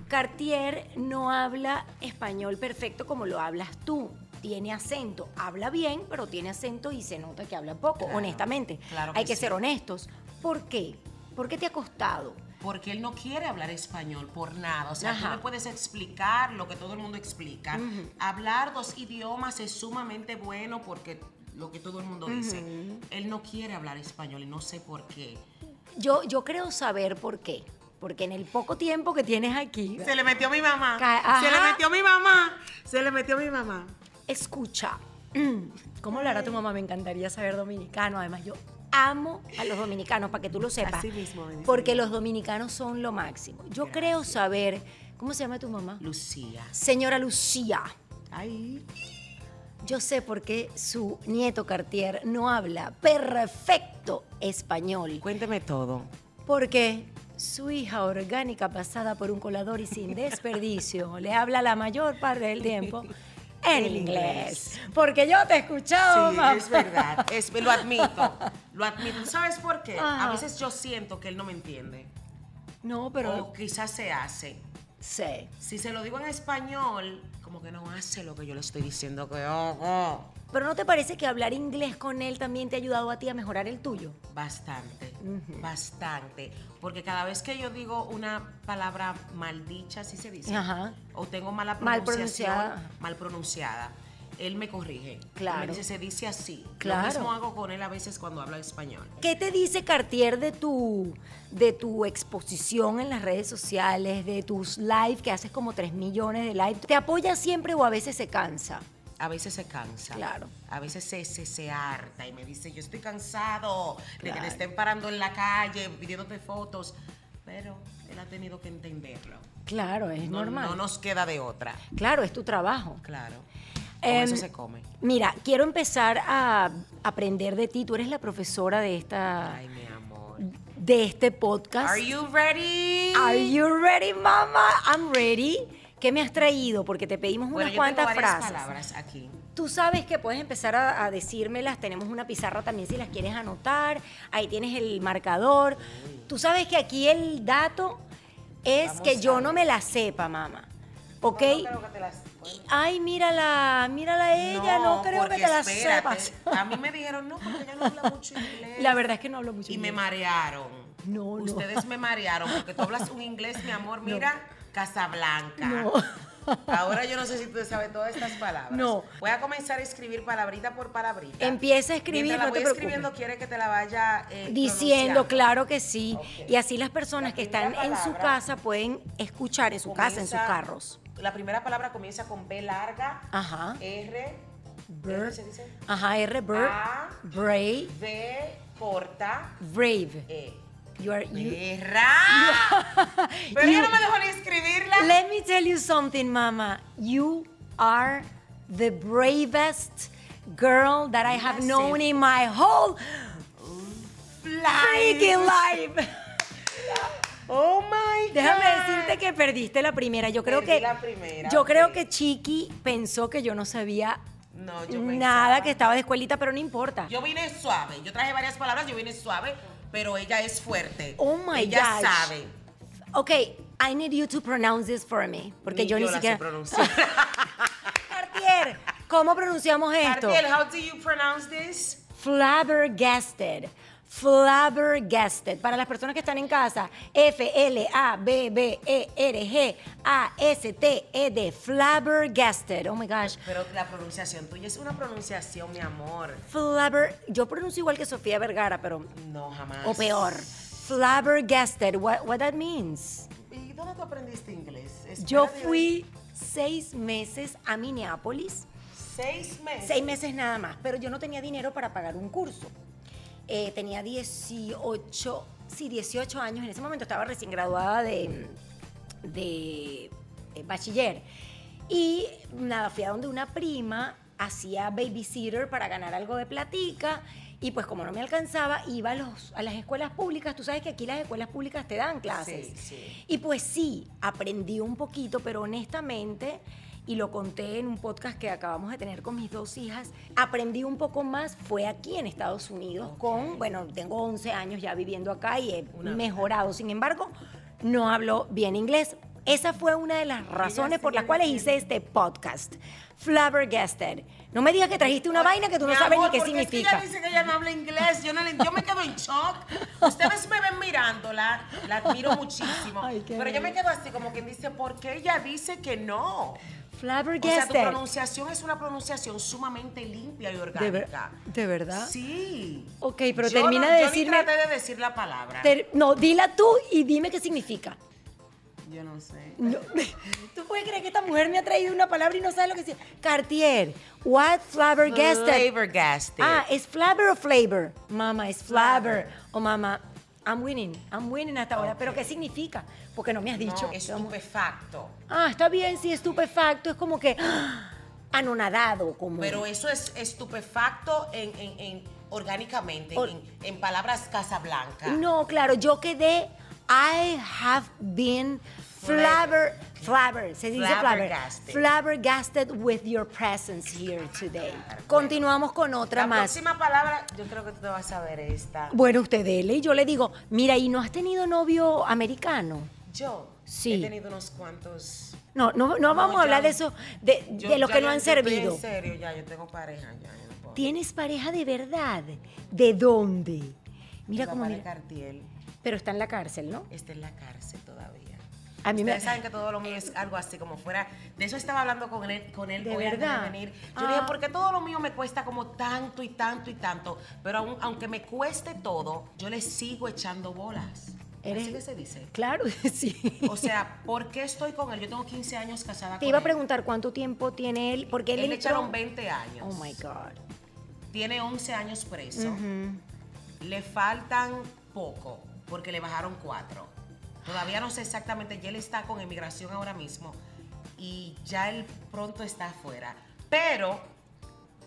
S1: Cartier no habla español perfecto como lo hablas tú. Tiene acento, habla bien, pero tiene acento y se nota que habla poco,
S2: Claro,
S1: honestamente.
S2: claro que
S1: Hay que
S2: sí.
S1: ser honestos. ¿Por qué? ¿Por qué te ha costado?
S2: Porque él no quiere hablar español por nada. O sea,
S1: Ajá.
S2: tú le puedes explicar lo que todo el mundo explica. Hablar dos idiomas es sumamente bueno porque lo que todo el mundo dice. Él no quiere hablar español y no sé por qué.
S1: Yo, yo creo saber por qué. Porque en el poco tiempo que tienes aquí,
S2: Se le metió mi mamá.
S1: Ca-
S2: Se le
S1: ajá.
S2: metió mi mamá. Se le metió mi mamá.
S1: escucha. ¿Cómo hablará tu mamá? Me encantaría saber dominicano. Además, yo amo a los dominicanos, para que tú lo sepas.
S2: Así mismo me dice
S1: porque
S2: mi
S1: los dominicanos son lo máximo. Yo creo saber. ¿Cómo se llama tu mamá?
S2: Lucía.
S1: Señora Lucía,
S2: Ay.
S1: yo sé por qué su nieto Cartier no habla perfecto español.
S2: Cuénteme todo.
S1: Porque su hija orgánica pasada por un colador y sin desperdicio le habla la mayor parte del tiempo en
S2: En
S1: inglés. Porque yo te he escuchado, Oh,
S2: Sí,
S1: mamá.
S2: es verdad. Es- lo admito. Lo admito. ¿Sabes por qué?
S1: Ajá.
S2: A veces yo siento que él no me entiende.
S1: No, Ah. pero
S2: o quizás se hace.
S1: sé.
S2: Si se lo digo en español, como que no hace lo que yo le estoy diciendo que oh, hago.
S1: Pero ¿no te parece que hablar inglés con él también te ha ayudado a ti a mejorar el tuyo?
S2: Bastante, bastante. Porque cada vez que yo digo una palabra maldicha, así se dice,
S1: Ajá.
S2: o tengo mala
S1: Mal
S2: pronunciación,
S1: pronunciada.
S2: mal pronunciada, él me corrige.
S1: Claro.
S2: Él me dice, se dice así.
S1: Claro.
S2: Lo mismo hago con él a veces cuando habla español.
S1: ¿Qué te dice Cartier de tu, de tu exposición en las redes sociales, de tus live que haces como 3 millones de live? ¿Te apoya siempre o a veces se cansa?
S2: A veces se cansa.
S1: Claro.
S2: A veces se, se, se harta y me dice, yo estoy cansado de que
S1: Claro.
S2: te estén parando en la calle, pidiéndote fotos. Pero él ha tenido que entenderlo.
S1: Claro, es
S2: No,
S1: normal.
S2: no nos queda de otra.
S1: Claro, es tu trabajo.
S2: Claro. Con
S1: Em,
S2: eso se come.
S1: Mira, quiero empezar a aprender de ti. Tú eres la profesora de esta
S2: Ay, mi amor.
S1: de este podcast.
S2: Are you ready?
S1: Are you ready, mama? I'm ready. ¿Qué me has traído? Porque te pedimos
S2: bueno,
S1: unas
S2: yo
S1: cuantas
S2: tengo varias
S1: frases.
S2: palabras aquí.
S1: Tú sabes que puedes empezar a, a decírmelas. Tenemos una pizarra también si las quieres anotar. Ahí tienes el marcador. Tú sabes que aquí el dato es
S2: Vamos
S1: que yo
S2: a-
S1: no me la sepa, mamá.
S3: No
S1: ¿Ok?
S3: creo que te las puedo.
S1: Ay, mírala, mírala eh. a ella. No, creo que
S2: porque
S1: te la
S2: espérate,
S1: sepas.
S2: A mí me dijeron, no, porque ella no habla mucho inglés.
S1: La verdad es que no hablo mucho
S2: Y me
S1: inglés.
S2: marearon.
S1: No, no.
S2: Ustedes me marearon porque tú hablas un inglés, mi amor, mira, Casablanca. Ahora yo no sé si tú sabes todas estas palabras.
S1: No.
S2: Voy a comenzar a escribir palabrita por palabrita.
S1: Empieza a escribir,
S2: Mientras la
S1: no te
S2: voy
S1: preocupes.
S2: escribiendo, quiere que te la vaya eh,
S1: Diciendo,
S2: pronunciando.
S1: claro que sí. Y así las personas
S2: La
S1: que están
S2: primera
S1: en su
S2: palabra
S1: casa pueden escuchar en su casa, en sus
S2: Comienza-
S1: carros.
S2: La primera palabra comienza con B larga,
S1: Ajá.
S2: R,
S1: Bird.
S2: se dice?
S1: Ajá, R, bird.
S2: A.
S1: Brave.
S2: B corta,
S1: Brave.
S2: E.
S1: You are, you-
S2: ¡Perra! Pero
S1: You-
S2: ella no me dejó ni escribirla.
S1: Let me tell you something, mama. You are the bravest girl that I have
S2: Gracias.
S1: known in my whole freaking life.
S2: Oh my God.
S1: Déjame decirte que perdiste la primera. Yo creo
S2: Perdí
S1: que
S2: la primera,
S1: yo
S2: ok.
S1: creo que Chiqui pensó que yo no sabía
S2: No, yo
S1: nada,
S2: pensaba.
S1: que estaba de escuelita, pero no importa.
S2: Yo vine suave. Yo traje varias palabras, yo vine suave, pero ella es fuerte.
S1: Oh my
S2: Ella
S1: gosh.
S2: sabe.
S1: ok, I need you to pronounce this for me, porque
S2: Ni
S1: yo ni
S2: la sé
S1: siquiera.
S2: pronunciar.
S1: Cartier, ¿cómo pronunciamos e-? esto?
S2: Martiel, how do you pronounce this?
S1: Flabbergasted. Flabbergasted. Para las personas que están en casa, F L A B B E R G A S T E D. Flabbergasted. Oh my gosh.
S2: Pero la pronunciación tuya es una pronunciación, mi amor.
S1: Flabber. Yo pronuncio igual que Sofía Vergara, pero
S2: No, jamás.
S1: o peor. Flabbergasted. What, what that means?
S2: ¿Y dónde tú aprendiste inglés? Espera,
S1: Yo
S2: Dios.
S1: fui seis meses a Minneapolis.
S2: Seis meses.
S1: Seis meses nada más, pero yo no tenía dinero para pagar un curso. Eh, tenía 18, sí, 18 años. En ese momento estaba recién graduada de, de, eh, bachiller. Y nada, fui a donde una prima hacía babysitter para ganar algo de platica. Y pues como no me alcanzaba, iba a, los, a las escuelas públicas. Tú sabes que aquí las escuelas públicas te dan clases.
S2: Sí, sí.
S1: Y pues sí, aprendí un poquito, pero honestamente, y lo conté en un podcast que acabamos de tener con mis dos hijas, aprendí un poco más, fue aquí en Estados Unidos, con, bueno, tengo 11 años ya viviendo acá y he
S2: Una
S1: mejorado, sin embargo, no hablo bien inglés. Esa fue una de las razones por las
S2: sigue
S1: cuales hice este podcast. Flabbergasted. No me digas que trajiste una vaina que tú no
S2: Mi
S1: sabes
S2: amor,
S1: ni qué
S2: porque
S1: significa.
S2: Es que ella dice que ella no habla inglés. Yo, no le- yo me quedo en shock. Ustedes me ven mirándola. La admiro muchísimo.
S1: Ay, qué
S2: pero yo me quedo así como quien dice, ¿por qué ella dice que no? O sea, tu
S1: Flabbergasted.
S2: pronunciación es una pronunciación sumamente limpia y
S1: este? de, ver-
S2: orgánica.
S1: ¿De verdad?
S2: Sí.
S1: Ok, pero
S2: Yo
S1: termina
S2: no-
S1: de
S2: yo
S1: decirme-
S2: Yo traté de decir la palabra.
S1: Ter- no, dila tú y dime qué significa.
S2: Yo no sé.
S1: No. ¿Tú puedes creer que esta mujer me ha traído una palabra y no sabe lo que dice? Cartier. What flabbergasted?
S2: Flabbergasted.
S1: Ah, ¿es flabber o flavor? Mama, es flabber. O mamá, I'm winning. I'm winning hasta ahora. ¿Pero qué significa? Porque no me has dicho.
S2: no, estupefacto.
S1: Ah, está bien, sí, estupefacto. Es como que ah, anonadado. Como...
S2: Pero eso es estupefacto en, en- en- orgánicamente,
S1: Or-
S2: en, en palabras Casablanca.
S1: No, claro, yo quedé. I have been flabber, flabber, se dice flabber,
S2: Flabbergasted.
S1: flabbergasted with your presence here today. Continuamos con otra
S2: Ah, la
S1: más.
S2: próxima palabra, yo creo que tú te vas a ver esta.
S1: Bueno, usted dele y yo le digo, mira, ¿y no has tenido novio americano?
S2: Yo
S1: Sí.
S2: he tenido unos cuantos.
S1: No, no, no vamos
S2: ya.
S1: a hablar de eso, de,
S2: Yo-
S1: de los
S2: ya
S1: que
S2: yo-
S1: no han
S2: yo estoy
S1: servido.
S2: En serio, ya, yo tengo pareja ya. yo no puedo.
S1: ¿Tienes pareja de verdad? ¿De dónde? Mira
S2: Mi
S1: cómo
S2: papá de
S1: mira.
S2: Cartiel
S1: Pero está en la cárcel, ¿no?
S2: está en la cárcel todavía.
S1: A mí me-
S2: Ustedes saben que todo lo mío es algo así como fuera. De eso estaba hablando con él, con él
S1: ¿De
S2: hoy antes
S1: verdad?
S2: venir. Yo
S1: Ah.
S2: dije, porque todo lo mío me cuesta como tanto y tanto y tanto. Pero aun- aunque me cueste todo, yo le sigo echando bolas.
S1: Eres-
S2: ¿Así que se dice?
S1: Claro, sí.
S2: O sea, ¿por qué estoy con él? Yo tengo 15 años casada
S1: Te
S2: con
S1: iba a
S2: él.
S1: preguntar cuánto tiempo tiene él, porque él,
S2: Él le
S1: entró-
S2: echaron 20 años.
S1: Oh my God.
S2: Tiene 11 años preso. Le faltan poco, porque le bajaron 4. Todavía no sé exactamente, ya él está con emigración ahora mismo y ya él pronto está afuera. Pero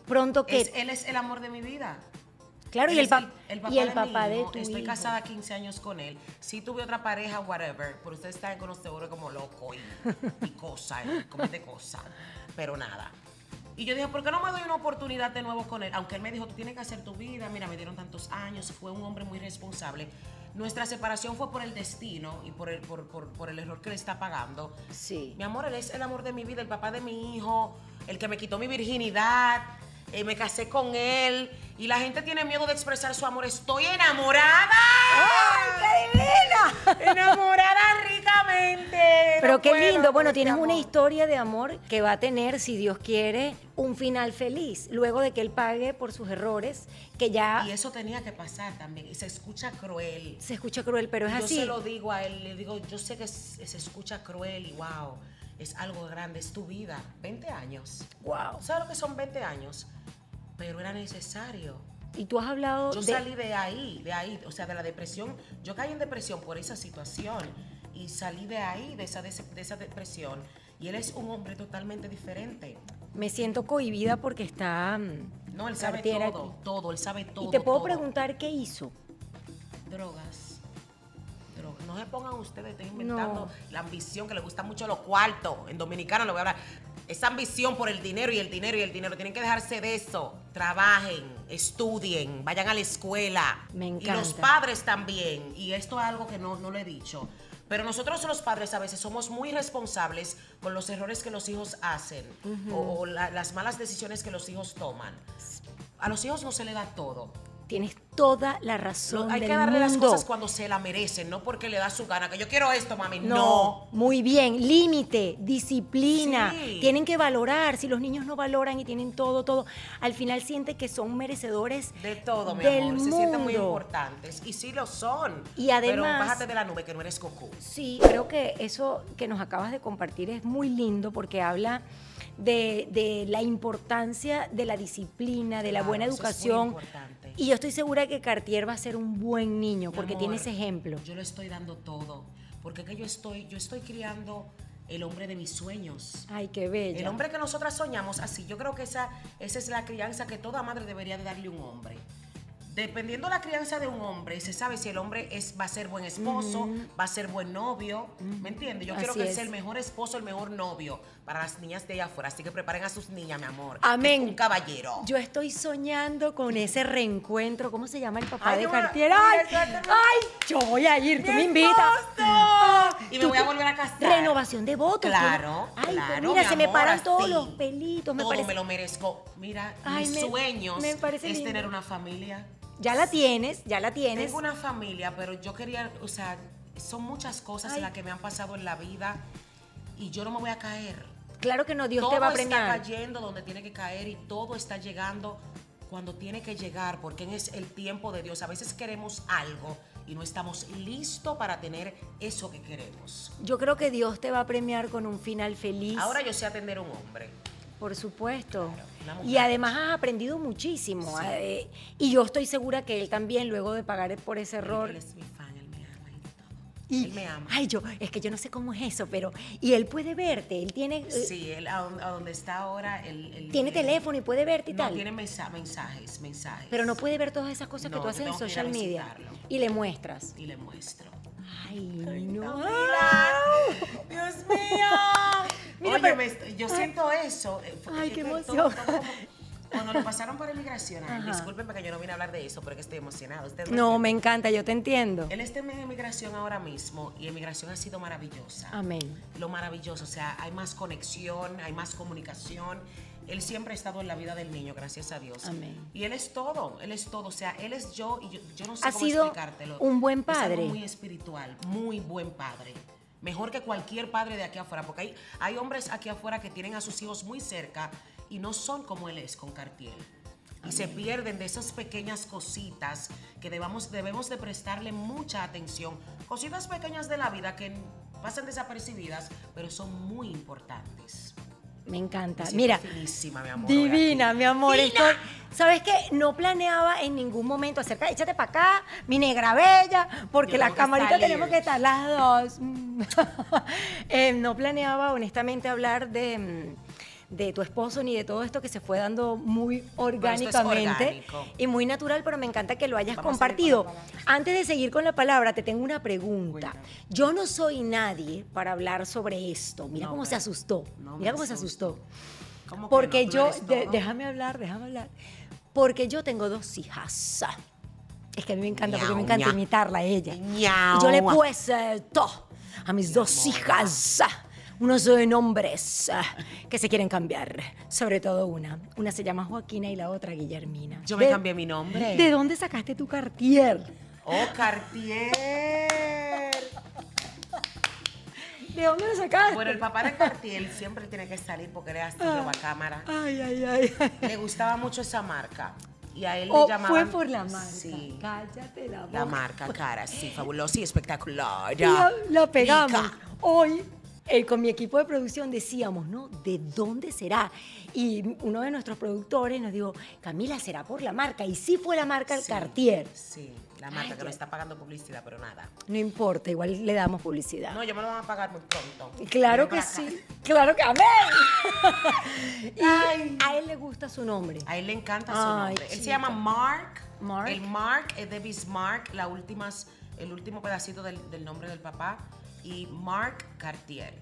S1: Pronto que.
S2: es- él es el amor de mi vida.
S1: claro, y
S2: Él
S1: el,
S2: es
S1: pap- y el
S2: mi
S1: papá de
S2: hijo.
S1: tu
S2: Estoy
S1: hijo.
S2: casada 15 años con él. Sí tuve otra pareja, whatever, pero ustedes están con los teores como loco y, y cosa, y comete cosa. Pero nada. Y yo dije, ¿por qué no me doy una oportunidad de nuevo con él? Aunque él me dijo, tú tienes que hacer tu vida, mira, me dieron tantos años, fue un hombre muy responsable. Nuestra separación fue por el destino y por el, por, por- por el error que le está pagando.
S1: Sí.
S2: Mi amor, él es el amor de mi vida, el papá de mi hijo, el que me quitó mi virginidad, eh, me casé con él y la gente tiene miedo de expresar su amor. Estoy enamorada.
S1: ¡Ay, qué divina!
S2: Enamorada ricamente.
S1: Pero
S2: No
S1: qué
S2: puedo
S1: lindo. Bueno,
S2: con
S1: pues,
S2: este
S1: tienes una
S2: amor.
S1: historia de amor que va a tener, si Dios quiere, un final feliz. Luego de que él pague por sus errores, que ya
S2: Y eso tenía que pasar también. Y se escucha cruel.
S1: se escucha cruel, pero es
S2: yo
S1: así.
S2: se lo digo a él, le digo, yo sé que es- se escucha cruel y wow, es algo grande, es tu vida. 20 años.
S1: Wow.
S2: ¿Sabes lo que son 20 años? Pero era necesario.
S1: Y tú has hablado
S2: Yo
S1: de.
S2: salí de ahí, de ahí, o sea, de la depresión. Yo caí en depresión por esa situación y salí de ahí, de esa, de ese- de esa depresión. Y él es un hombre totalmente diferente.
S1: Me siento cohibida porque está. mm,
S2: No, él sabe
S1: Cartier
S2: todo,
S1: aquí.
S2: todo, él sabe todo.
S1: Y te puedo
S2: todo.
S1: preguntar qué hizo.
S2: Drogas. Drogas. No se pongan ustedes, estoy
S1: No.
S2: inventando la ambición que le gusta mucho los cuartos. En dominicano le voy a hablar. Esa ambición por el dinero y el dinero y el dinero. Tienen que dejarse de eso. Trabajen, estudien, vayan a la escuela.
S1: Me
S2: Y los
S1: encanta.
S2: padres también. Y esto es algo que no, no le he dicho. Pero nosotros los padres a veces somos muy responsables con los errores que los hijos hacen o, o la- las malas decisiones que los hijos toman. A los hijos no se le da todo.
S1: Tienes toda la razón.
S2: Lo- hay
S1: del
S2: que darle las
S1: mundo.
S2: cosas cuando se la merecen, no porque le da su gana, que yo quiero esto, mami. No.
S1: No, muy bien, límite, disciplina,
S2: Sí.
S1: tienen que valorar, si los niños no valoran y tienen todo, todo, al final sienten que son merecedores
S2: De todo, mi
S1: del
S2: amor.
S1: Mundo.
S2: Se sienten muy importantes. Y sí lo son.
S1: Y además-
S2: Pero bájate de la nube, que no eres Goku.
S1: Sí, creo que eso que nos acabas de compartir es muy lindo porque habla de, de la importancia de la disciplina, de la
S2: Claro,
S1: buena
S2: eso es muy
S1: educación.
S2: importante.
S1: y yo estoy segura que Cartier va a ser un buen niño
S2: Mi
S1: porque
S2: amor,
S1: tiene ese ejemplo.
S2: Yo lo estoy dando todo. Porque es que yo estoy, yo estoy criando el hombre de mis sueños.
S1: Ay, qué bello.
S2: El hombre que nosotras soñamos así, yo creo que esa, esa es la crianza que toda madre debería de darle a un hombre. Dependiendo la crianza de un hombre, se sabe si el hombre es, va a ser buen esposo, va a ser buen novio, ¿me entiendes? Yo quiero
S1: Así
S2: que
S1: es.
S2: sea el mejor esposo, el mejor novio para las niñas de allá afuera. Así que preparen a sus niñas, mi amor. que
S1: Amén.
S2: Es un caballero.
S1: Yo estoy soñando con ese reencuentro. ¿Cómo se llama el papá
S2: Ay,
S1: de
S2: yo me-
S1: Cartier?
S2: mira,
S1: ¡Ay!
S2: suéltame.
S1: ¡Ay! Yo voy a ir, tú me invitas. Ah,
S2: Y me
S1: Tú-
S2: voy a volver a casar.
S1: Renovación de votos.
S2: Claro,
S1: Ay, pues
S2: claro,
S1: mira,
S2: mi
S1: se me
S2: amor,
S1: paran todos
S2: así.
S1: los pelitos. Me
S2: Todo
S1: parece.
S2: me lo merezco. Mira,
S1: Ay,
S2: mis
S1: me-
S2: sueños
S1: me parece
S2: es
S1: lindo.
S2: tener una familia.
S1: Ya la tienes, ya la tienes.
S2: Tengo una familia, pero yo quería, o sea, son muchas cosas
S1: Ay.
S2: las que me han pasado en la vida y yo no me voy a caer.
S1: Claro que no, Dios
S2: todo
S1: te va a
S2: está
S1: premiar.
S2: cayendo donde tiene que caer y todo está llegando cuando tiene que llegar, porque es el tiempo de Dios. A veces queremos algo y no estamos listos para tener eso que queremos.
S1: Yo creo que Dios te va a premiar con un final feliz.
S2: Ahora yo sé atender a un hombre.
S1: Por supuesto.
S2: una mujer.
S1: y además has aprendido muchísimo. eh, y yo estoy segura que él también, luego de pagar por ese error.
S2: Él es mi fan, él me ama y todo.
S1: Y,
S2: él me ama.
S1: Ay, yo, es que yo no sé cómo es eso, pero. Y él puede verte, él tiene, eh,
S2: Sí, él a donde, a donde está ahora, él... él-
S1: tiene
S2: él-
S1: teléfono y puede verte y
S2: No,
S1: tal.
S2: tiene mensa- mensajes, mensajes.
S1: Pero no puede ver todas esas cosas que
S2: No,
S1: tú
S2: yo
S1: haces en
S2: tengo que ir a
S1: social media.
S2: visitarlo.
S1: Y le muestras.
S2: y le muestro.
S1: Ay, no.
S2: ¡Dios mío!
S1: Mira,
S2: Oye,
S1: pero- Ah.
S2: me est- yo siento eso. eh, fue-
S1: Ay,
S2: es
S1: qué
S2: que todo-
S1: emoción.
S2: todo como- Cuando lo pasaron por inmigración, ay,
S1: Ajá.
S2: discúlpenme que yo no vine a hablar de eso, pero que estoy emocionada. Ustedes
S1: No, me
S2: entienden.
S1: encanta, yo te entiendo.
S2: Él está en inmigración ahora mismo y inmigración ha sido maravillosa.
S1: Amén.
S2: Lo maravilloso, o sea, hay más conexión, hay más comunicación. Él siempre ha estado en la vida del niño, gracias a Dios.
S1: Amén.
S2: Y él es todo, él es todo, o sea, él es yo y yo, yo no sé
S1: Ha
S2: cómo
S1: sido
S2: explicártelo.
S1: un buen
S2: Es algo
S1: padre.
S2: muy espiritual, muy buen padre. Mejor que cualquier padre de aquí afuera, porque hay, hay hombres aquí afuera que tienen a sus hijos muy cerca y no son como él es con Cartier. Y se pierden de esas pequeñas cositas que debamos, debemos de prestarle mucha atención. Cositas pequeñas de la vida que pasan desapercibidas, pero son muy importantes.
S1: Me encanta.
S2: Me siento
S1: Mira,
S2: finísima, mi amor, hoy aquí.
S1: divina, mi amor. Estoy, ¿Sabes qué? No planeaba en ningún momento acerca, échate para acá, mi negra bella, porque
S2: Yo
S1: la
S2: tengo que
S1: camarita
S2: salir.
S1: tenemos que estar las dos. Mm. Eh, no planeaba, honestamente, hablar de, mm, de tu esposo ni de todo esto que se fue dando muy
S2: esto es
S1: orgánicamente
S2: orgánico.
S1: y muy natural, pero me encanta que lo hayas
S2: Vamos a seguir
S1: compartido.
S2: con la palabra.
S1: Antes de seguir con la palabra, te tengo una pregunta.
S2: Cuéntame.
S1: Yo no soy nadie para hablar sobre esto. Mira
S2: No,
S1: cómo
S2: pero-
S1: se asustó.
S2: no
S1: Mira
S2: me
S1: cómo se
S2: asusto.
S1: asustó.
S2: ¿Cómo que
S1: Porque
S2: no? Tú
S1: yo,
S2: eres
S1: de-
S2: todo.
S1: déjame hablar, déjame hablar. Porque yo tengo dos hijas. Es que a mí me encanta, porque me
S2: Miau,
S1: encanta
S2: miau.
S1: imitarla a ella.
S3: Miau.
S1: Y yo le he puesto a mis dos hijas unos eh, nombres eh, que se quieren cambiar. Sobre todo una. Una se llama Joaquina y la otra Guillermina.
S3: Yo me
S1: De-
S3: cambié mi nombre.
S1: ¿De dónde sacaste tu cartier?
S3: Oh, Cartier.
S1: ¿De dónde lo sacaste?
S2: Bueno, el papá de Cartier siempre tiene que salir porque era así,
S1: Ah.
S2: roba cámara.
S1: Ay, ay, ay.
S2: Le gustaba mucho esa marca. Y a él
S1: O
S2: le llamaban...
S1: Oh, fue por la marca.
S2: Sí.
S1: Cállate la boca.
S2: La marca cara, sí, fabulosa y espectacular.
S1: Y la, la pegamos.
S2: Rica.
S1: Hoy, eh, con mi equipo de producción decíamos, ¿no? ¿De dónde será? Y uno de nuestros productores nos dijo, Camila, será por la marca. Y sí fue la marca el
S2: Sí,
S1: Cartier.
S2: Sí, la marca
S1: Ay,
S2: que
S1: ya.
S2: no está pagando publicidad, pero nada.
S1: No importa, igual le damos publicidad.
S2: No, ya me lo van a pagar muy pronto.
S1: Claro
S2: Ven
S1: que
S2: para acá.
S1: sí, claro que amén. y a él le gusta su nombre.
S2: A él le encanta su
S1: Ay,
S2: nombre. Él se
S1: chica.
S2: llama Mark.
S1: Mark.
S2: El Mark es de Bismarck, la últimas, el último pedacito del, del nombre del papá. Y Mark Cartier.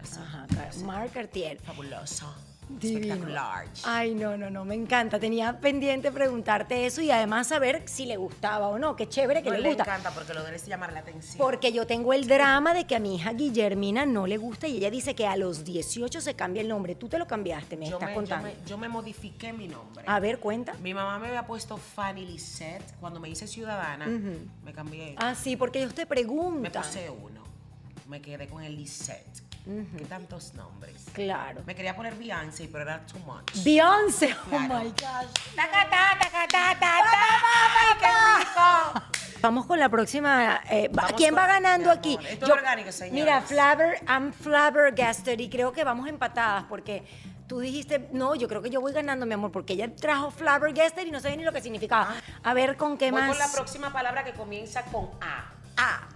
S2: Así,
S1: Ajá, Marc Cartier.
S2: fabuloso.
S1: Divino. Ah,
S2: Espectacular.
S1: Ay, no, no, no, me encanta. Tenía pendiente preguntarte eso y además saber si le gustaba o no. Qué chévere que
S2: No,
S1: le
S2: le
S1: gusta.
S2: encanta porque lo de él es llamar la atención.
S1: Porque yo tengo el drama de que a mi hija Guillermina no le gusta y ella dice que a los 18 se cambia el nombre. Tú te lo cambiaste, me
S2: yo,
S1: estás
S2: me, yo,
S1: contando. Ah.
S2: me, yo me modifiqué mi nombre.
S1: A ver, cuenta.
S2: Mi mamá me había puesto Fanny Lisette. Cuando me hice ciudadana, me cambié.
S1: Ah, sí, porque ellos te
S2: me
S1: preguntan.
S2: puse uno. Me quedé con el Lisette. Qué tantos nombres.
S1: Claro.
S2: Me quería poner Beyoncé, pero era too much.
S1: Beyoncé, oh
S2: Claro.
S1: my gosh.
S2: ¡Qué rico!
S1: Vamos con la próxima. eh, va-
S2: Vamos
S1: ¿Quién
S2: con-
S1: va ganando
S2: mi
S1: aquí?
S2: amor, esto es orgánico, señores.
S1: Mira, Flavor, I'm flabbergasted y creo que vamos empatadas porque tú dijiste, no, yo creo que yo voy ganando, mi amor, porque ella trajo flabbergasted y no sabía ni lo que significaba. A ver, Ah. ¿con qué
S2: Voy
S1: más?
S2: con la próxima palabra que comienza con A.
S1: A.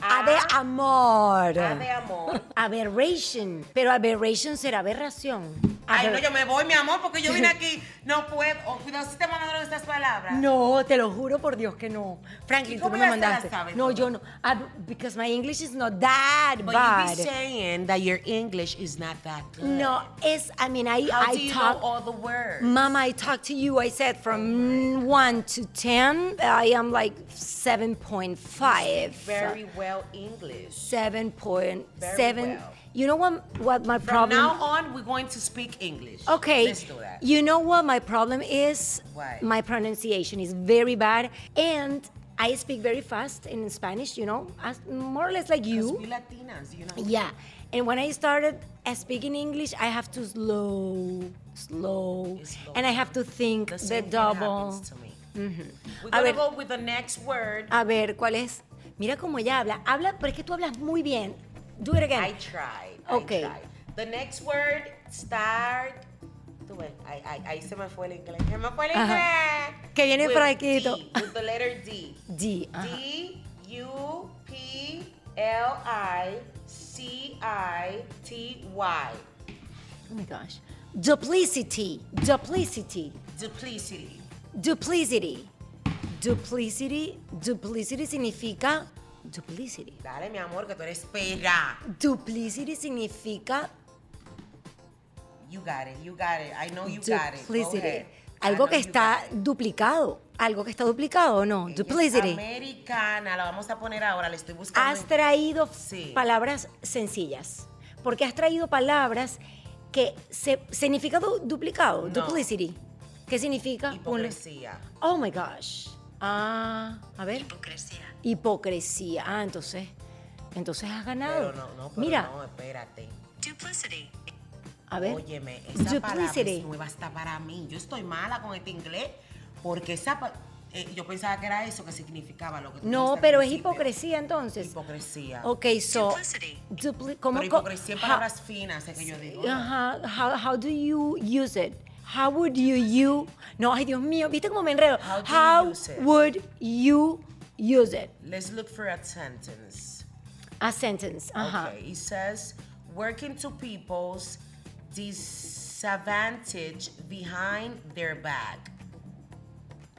S1: A de amor.
S2: A de amor.
S1: Aberration. Pero aberration será aberración.
S2: Ay, no,
S1: Aber-
S2: yo me voy, mi amor, porque yo vine aquí. No puedo. Oh, Cuidado si te mandaron estas palabras.
S1: No, te lo juro por Dios que no.
S2: ¿Y
S1: Franklin, tú
S2: cómo
S1: no me
S2: ya se la
S1: mandaste.
S2: sabes,
S1: No,
S2: tú?
S1: yo no. Ab- because my English is not that
S2: But you be
S1: bad.
S2: saying that your English is not that good.
S1: No, es, I mean, I, I
S2: How do you know
S1: talk.
S2: all the words?
S1: Mama, I talked to you. I said from one to ten, I am like seven point five.
S2: Very well English.
S1: seven point
S2: Very
S1: seven.
S2: well.
S1: You know what? What my
S2: From
S1: problem?
S2: now on, we're going to speak English.
S1: Okay.
S2: Let's do that.
S1: You know what my problem is?
S2: Why?
S1: My pronunciation is very bad and I speak very fast in Spanish, you know, as, more or less like
S2: Because
S1: you.
S2: we Latinas, you know.
S1: Yeah. And when I started uh, speaking English, I have to slow, slow,
S2: It's slow.
S1: and I have to think
S2: The
S1: the,
S2: same thing
S1: double. Mm-hmm.
S2: happens to me. We're
S1: A
S2: gonna
S1: ver.
S2: go with the next word.
S1: A ver, ¿cuál es? Mira cómo ella habla. Habla, pero es que tú hablas muy bien. Do it again.
S2: I tried.
S1: Okay.
S2: I tried. The next word start. Tú ves, ahí, ahí- ahí se me fue el inglés. Se me fue el inglés.
S1: Ajá. Que viene
S2: With
S1: Franquito.
S2: D, With the letter D.
S1: D. ajá.
S2: D U P L I C I T Y.
S1: Oh my gosh. Duplicity. Duplicity.
S2: Duplicity.
S1: Duplicity. Duplicity. Duplicity significa. Duplicity.
S2: Dale, mi amor, que tú eres perra.
S1: Duplicity significa
S2: You got it, you got it. I know you got it. Go
S1: duplicity.
S2: ahead. I
S1: Algo
S2: know
S1: que
S2: you got
S1: está
S2: it.
S1: duplicado. Algo que está duplicado o no.
S2: Ella es
S1: Duplicity.
S2: Americana, la vamos a poner ahora, le estoy buscando.
S1: Has traído
S2: Sí.
S1: palabras sencillas. Porque has traído palabras que se, significa du- duplicado.
S2: No.
S1: Duplicity. ¿Qué significa? Ah, Ponle-
S2: Hipocresía.
S1: Oh my gosh. Ah, a ver. Hipocresía. Hipocresía. Ah, entonces. Entonces has ganado.
S2: Pero no, no, pero
S1: Mira,
S2: no, espérate.
S1: a ver.
S2: Óyeme, esa palabra
S1: Duplicity.
S2: es nueva hasta para mí. Yo estoy mala con este inglés porque esa pa- eh, yo pensaba que era eso que significaba lo que tú dijiste
S1: No,
S2: al
S1: pero es
S2: este principio.
S1: hipocresía entonces.
S2: Hipocresía.
S1: Ok, so. Dupli ¿cómo,
S2: Pero
S1: co-
S2: hipocresía en
S1: how-
S2: palabras finas, es que yo digo.
S1: Ajá. Uh-huh. How, how do you use it? How would you you? No, ay Dios mío, viste cómo me enredo.
S2: How do you use it?
S1: would you use it?
S2: Let's look for a sentence.
S1: A sentence. Ah, Ajá.
S2: Okay, it says working two people's disadvantage behind their back.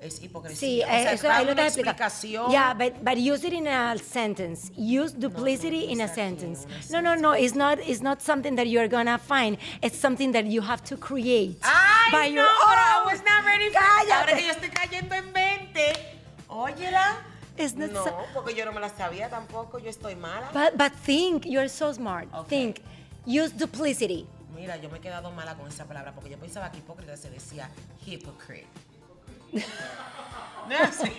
S2: Es
S1: Sí,
S2: hipocresía. o
S1: eh,
S2: sea,
S1: eso
S2: da
S1: ahí lo
S2: una
S1: estás explicando.
S2: explicación.
S1: Yeah, but, but use it in a sentence. Use duplicity in a
S2: está aquí en
S1: sentence.
S2: una
S1: No, no, no. It's not. It's not something that you're gonna find. It's something that you have to create
S2: Ay,
S1: by
S2: no,
S1: your
S2: I
S1: own.
S2: was not ready for- Ahora que
S1: Cállate.
S2: yo estoy cayendo en 20. Óyela.
S1: Es not
S2: no,
S1: so-
S2: porque yo no me la sabía tampoco. Yo estoy mala.
S1: But but think. You're so smart.
S2: Okay.
S1: Think. Use duplicity.
S2: Mira, yo me he quedado mala con esa palabra porque yo pensaba que hipócrita se decía hypocrite. No es así.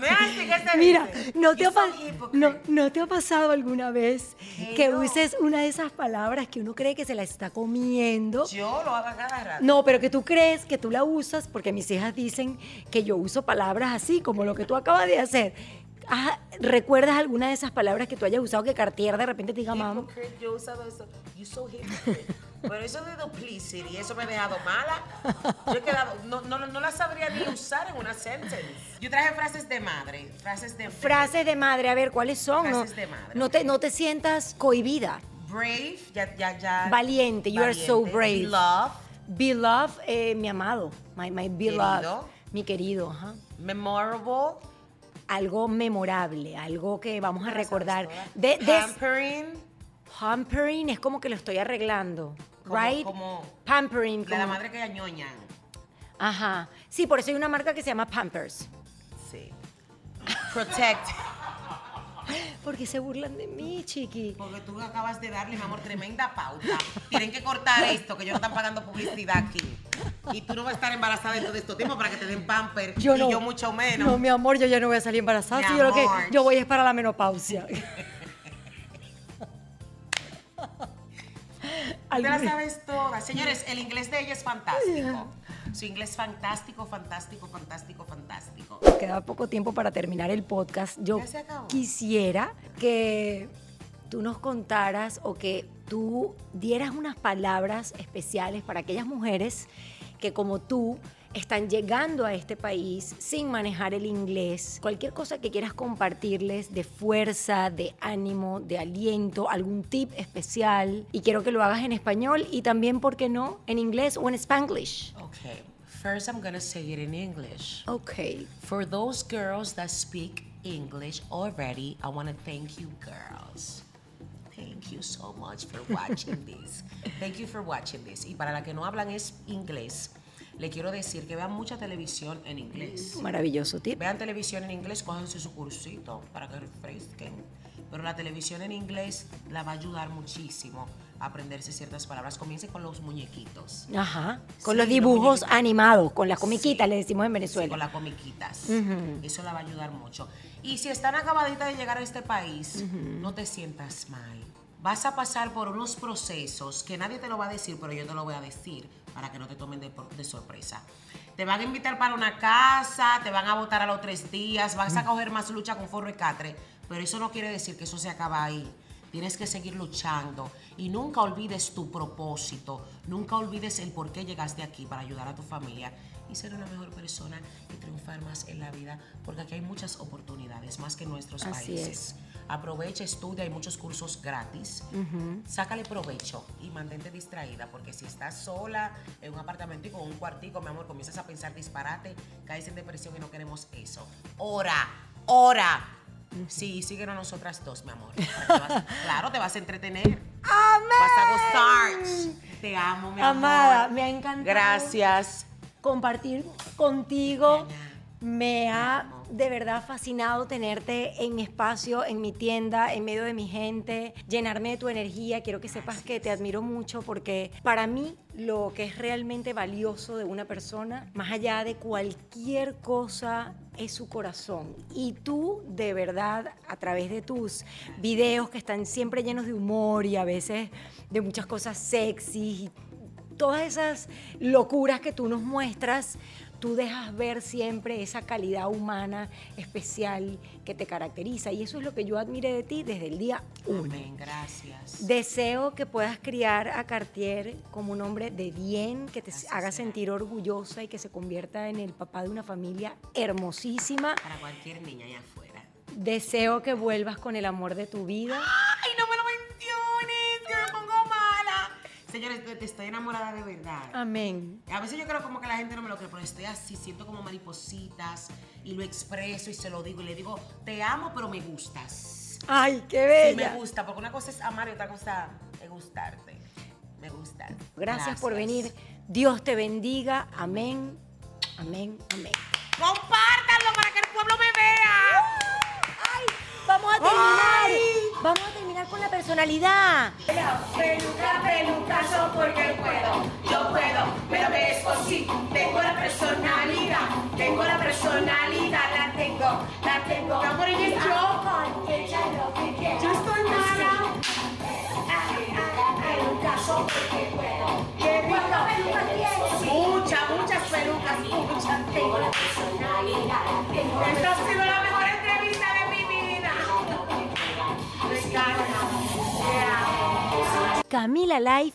S2: No es así que se
S1: Mira,
S2: dice.
S1: ¿no te,
S2: You
S1: ha pa-
S2: so hypocrite.
S1: no, ¿no te ha pasado alguna vez
S2: Que
S1: que
S2: no.
S1: uses una de esas palabras que uno cree que se la está comiendo?
S2: Yo lo hago a cada rato.
S1: No, pero que tú crees que tú la usas porque mis hijas dicen que yo uso palabras así, como lo que tú acabas de hacer. Ah, ¿Recuerdas alguna de esas palabras que tú hayas usado que Cartier de repente te diga, mamá?
S2: Hypocrite, yo he usado eso. You so hypocrite. Pero eso de duplicity, eso me ha dejado mala. Yo he quedado, no, no, no la sabría ni usar en una sentence. Yo traje frases de madre, frases de...
S1: Frases de madre, a ver, ¿cuáles son?
S2: Frases
S1: no,
S2: de madre,
S1: No, te, no te sientas cohibida.
S2: Brave, ya, ya, ya.
S1: Valiente, you are so brave.
S2: Love,
S1: Beloved, eh, mi amado, my, my beloved,
S2: Querido.
S1: mi querido, ajá.
S2: memorable,
S1: algo memorable, algo que vamos a recordar. De,
S2: De,
S1: de-
S2: pampering,
S1: pampering es como que lo estoy arreglando,
S2: Como-
S1: right?
S2: como-
S1: pampering.
S2: de la
S1: como-
S2: madre que añoñan.
S1: Ajá. Sí, por eso hay una marca que se llama Pampers.
S2: Sí. Protect.
S1: Porque se burlan de mí, chiqui.
S2: Porque tú acabas de darle, mi amor, tremenda pauta. Tienen que cortar esto, que ellos no están pagando publicidad aquí. Y tú no vas a estar embarazada dentro de estos tiempos para que te den pamper. y yo mucho menos.
S1: No, mi amor, yo ya no voy a salir embarazada.
S2: Mi
S1: si yo lo que
S2: amor.
S1: yo voy es para la menopausia.
S2: Te la
S1: Algún-
S2: sabes todas. Señores, el inglés de ella es fantástico. Su inglés fantástico, fantástico, fantástico, fantástico.
S1: Queda poco tiempo para terminar el podcast. Yo
S2: Ya se acabó.
S1: quisiera que tú nos contaras o que tú dieras unas palabras especiales para aquellas mujeres que como tú están llegando a este país sin manejar el inglés. Cualquier cosa que quieras compartirles de fuerza, de ánimo, de aliento, algún tip especial. Y quiero que lo hagas en español y también, ¿por qué no?, en inglés o en spanglish.
S2: Okay, first I'm gonna say it in English.
S1: Ok.
S2: For those girls that speak English already, I want to thank you, girls. Thank you so much for watching this. Thank you for watching this. Y para la que no hablan es inglés, le quiero decir que vean mucha televisión en inglés.
S1: Maravilloso tip.
S2: Vean televisión en inglés, cójanse su cursito para que refresquen. Pero la televisión en inglés la va a ayudar muchísimo a aprenderse ciertas palabras. Comience con los muñequitos.
S1: Ajá, con los
S2: Sí, los
S1: dibujos
S2: muñequitos.
S1: animados, con las comiquitas,
S2: Sí.
S1: le decimos en
S2: Sí,
S1: Venezuela.
S2: con las comiquitas. Eso la va a ayudar mucho. Y si están acabaditas de llegar a este país, no te sientas mal. Vas a pasar por unos procesos que nadie te lo va a decir, pero yo te lo voy a decir para que no te tomen de, por- de sorpresa. Te van a invitar para una casa, te van a votar a los tres días, vas a coger más lucha con forro y catre, pero eso no quiere decir que eso se acaba ahí. Tienes que seguir luchando y nunca olvides tu propósito, nunca olvides el por qué llegaste aquí para ayudar a tu familia y ser una mejor persona y triunfar más en la vida, porque aquí hay muchas oportunidades, más que en nuestros
S1: Así
S2: países. Aprovecha, estudia, hay muchos cursos gratis. Sácale provecho y mantente distraída, porque si estás sola en un apartamentico o un cuartico, mi amor, comienzas a pensar disparate, caes en depresión y no queremos eso. Ora, ora. Sí, síguenos nosotras dos, mi amor. Para que vas- claro, te vas a entretener. Vas a gozar. Te amo, mi
S1: Amada,
S2: amor.
S1: me ha encantado.
S2: Gracias.
S1: Compartir contigo me ha
S2: amo.
S1: de verdad fascinado tenerte en mi espacio, en mi tienda, en medio de mi gente, llenarme de tu energía. Quiero que sepas que te admiro mucho porque para mí lo que es realmente valioso de una persona, más allá de cualquier cosa, es su corazón. Y tú, de verdad, a través de tus videos que están siempre llenos de humor y a veces de muchas cosas sexy y todas esas locuras que tú nos muestras, tú dejas ver siempre esa calidad humana especial que te caracteriza. Y eso es lo que yo admiré de ti desde el día uno.
S2: Amén, gracias.
S1: Deseo que puedas criar a Cartier como un hombre de bien, que te
S2: Así
S1: haga
S2: será.
S1: sentir orgullosa y que se convierta en el papá de una familia hermosísima.
S2: Para cualquier niña allá afuera.
S1: Deseo que vuelvas con el amor de tu vida.
S2: ¡Ay, no me lo menciones! Señores, te- te estoy enamorada de verdad.
S1: Ah. Amén.
S2: A veces yo creo como que la gente no me lo cree, pero estoy así, siento como maripositas y lo expreso y se lo digo y le digo, te amo, pero me gustas.
S1: Ay, qué
S2: Sí, me
S1: bella.
S2: gusta, porque una cosa es amar y otra cosa es gustarte. Me gusta.
S1: gracias, por venir. Dios te bendiga. Amén. Amén. Amén.
S2: Compártanlo para que el pueblo me vea.
S1: Ay, vamos a terminar. Vamos a terminar con la personalidad.
S5: Peluca, pelucazo, porque puedo, yo puedo, me lo merezco, sí. Tengo la personalidad, tengo la personalidad, la tengo, la tengo. amor, ella es yo. Con ella lo que Ah, quiero. Yo estoy mala. ah, Pelucazo, porque puedo. ¿Qué ¿Cuántas pelucas tienes? Muchas, muchas pelucas, muchas. Tengo la personalidad, la tengo. Esta ha sido la mejor entrevista de mi vida. Me
S1: Camila Live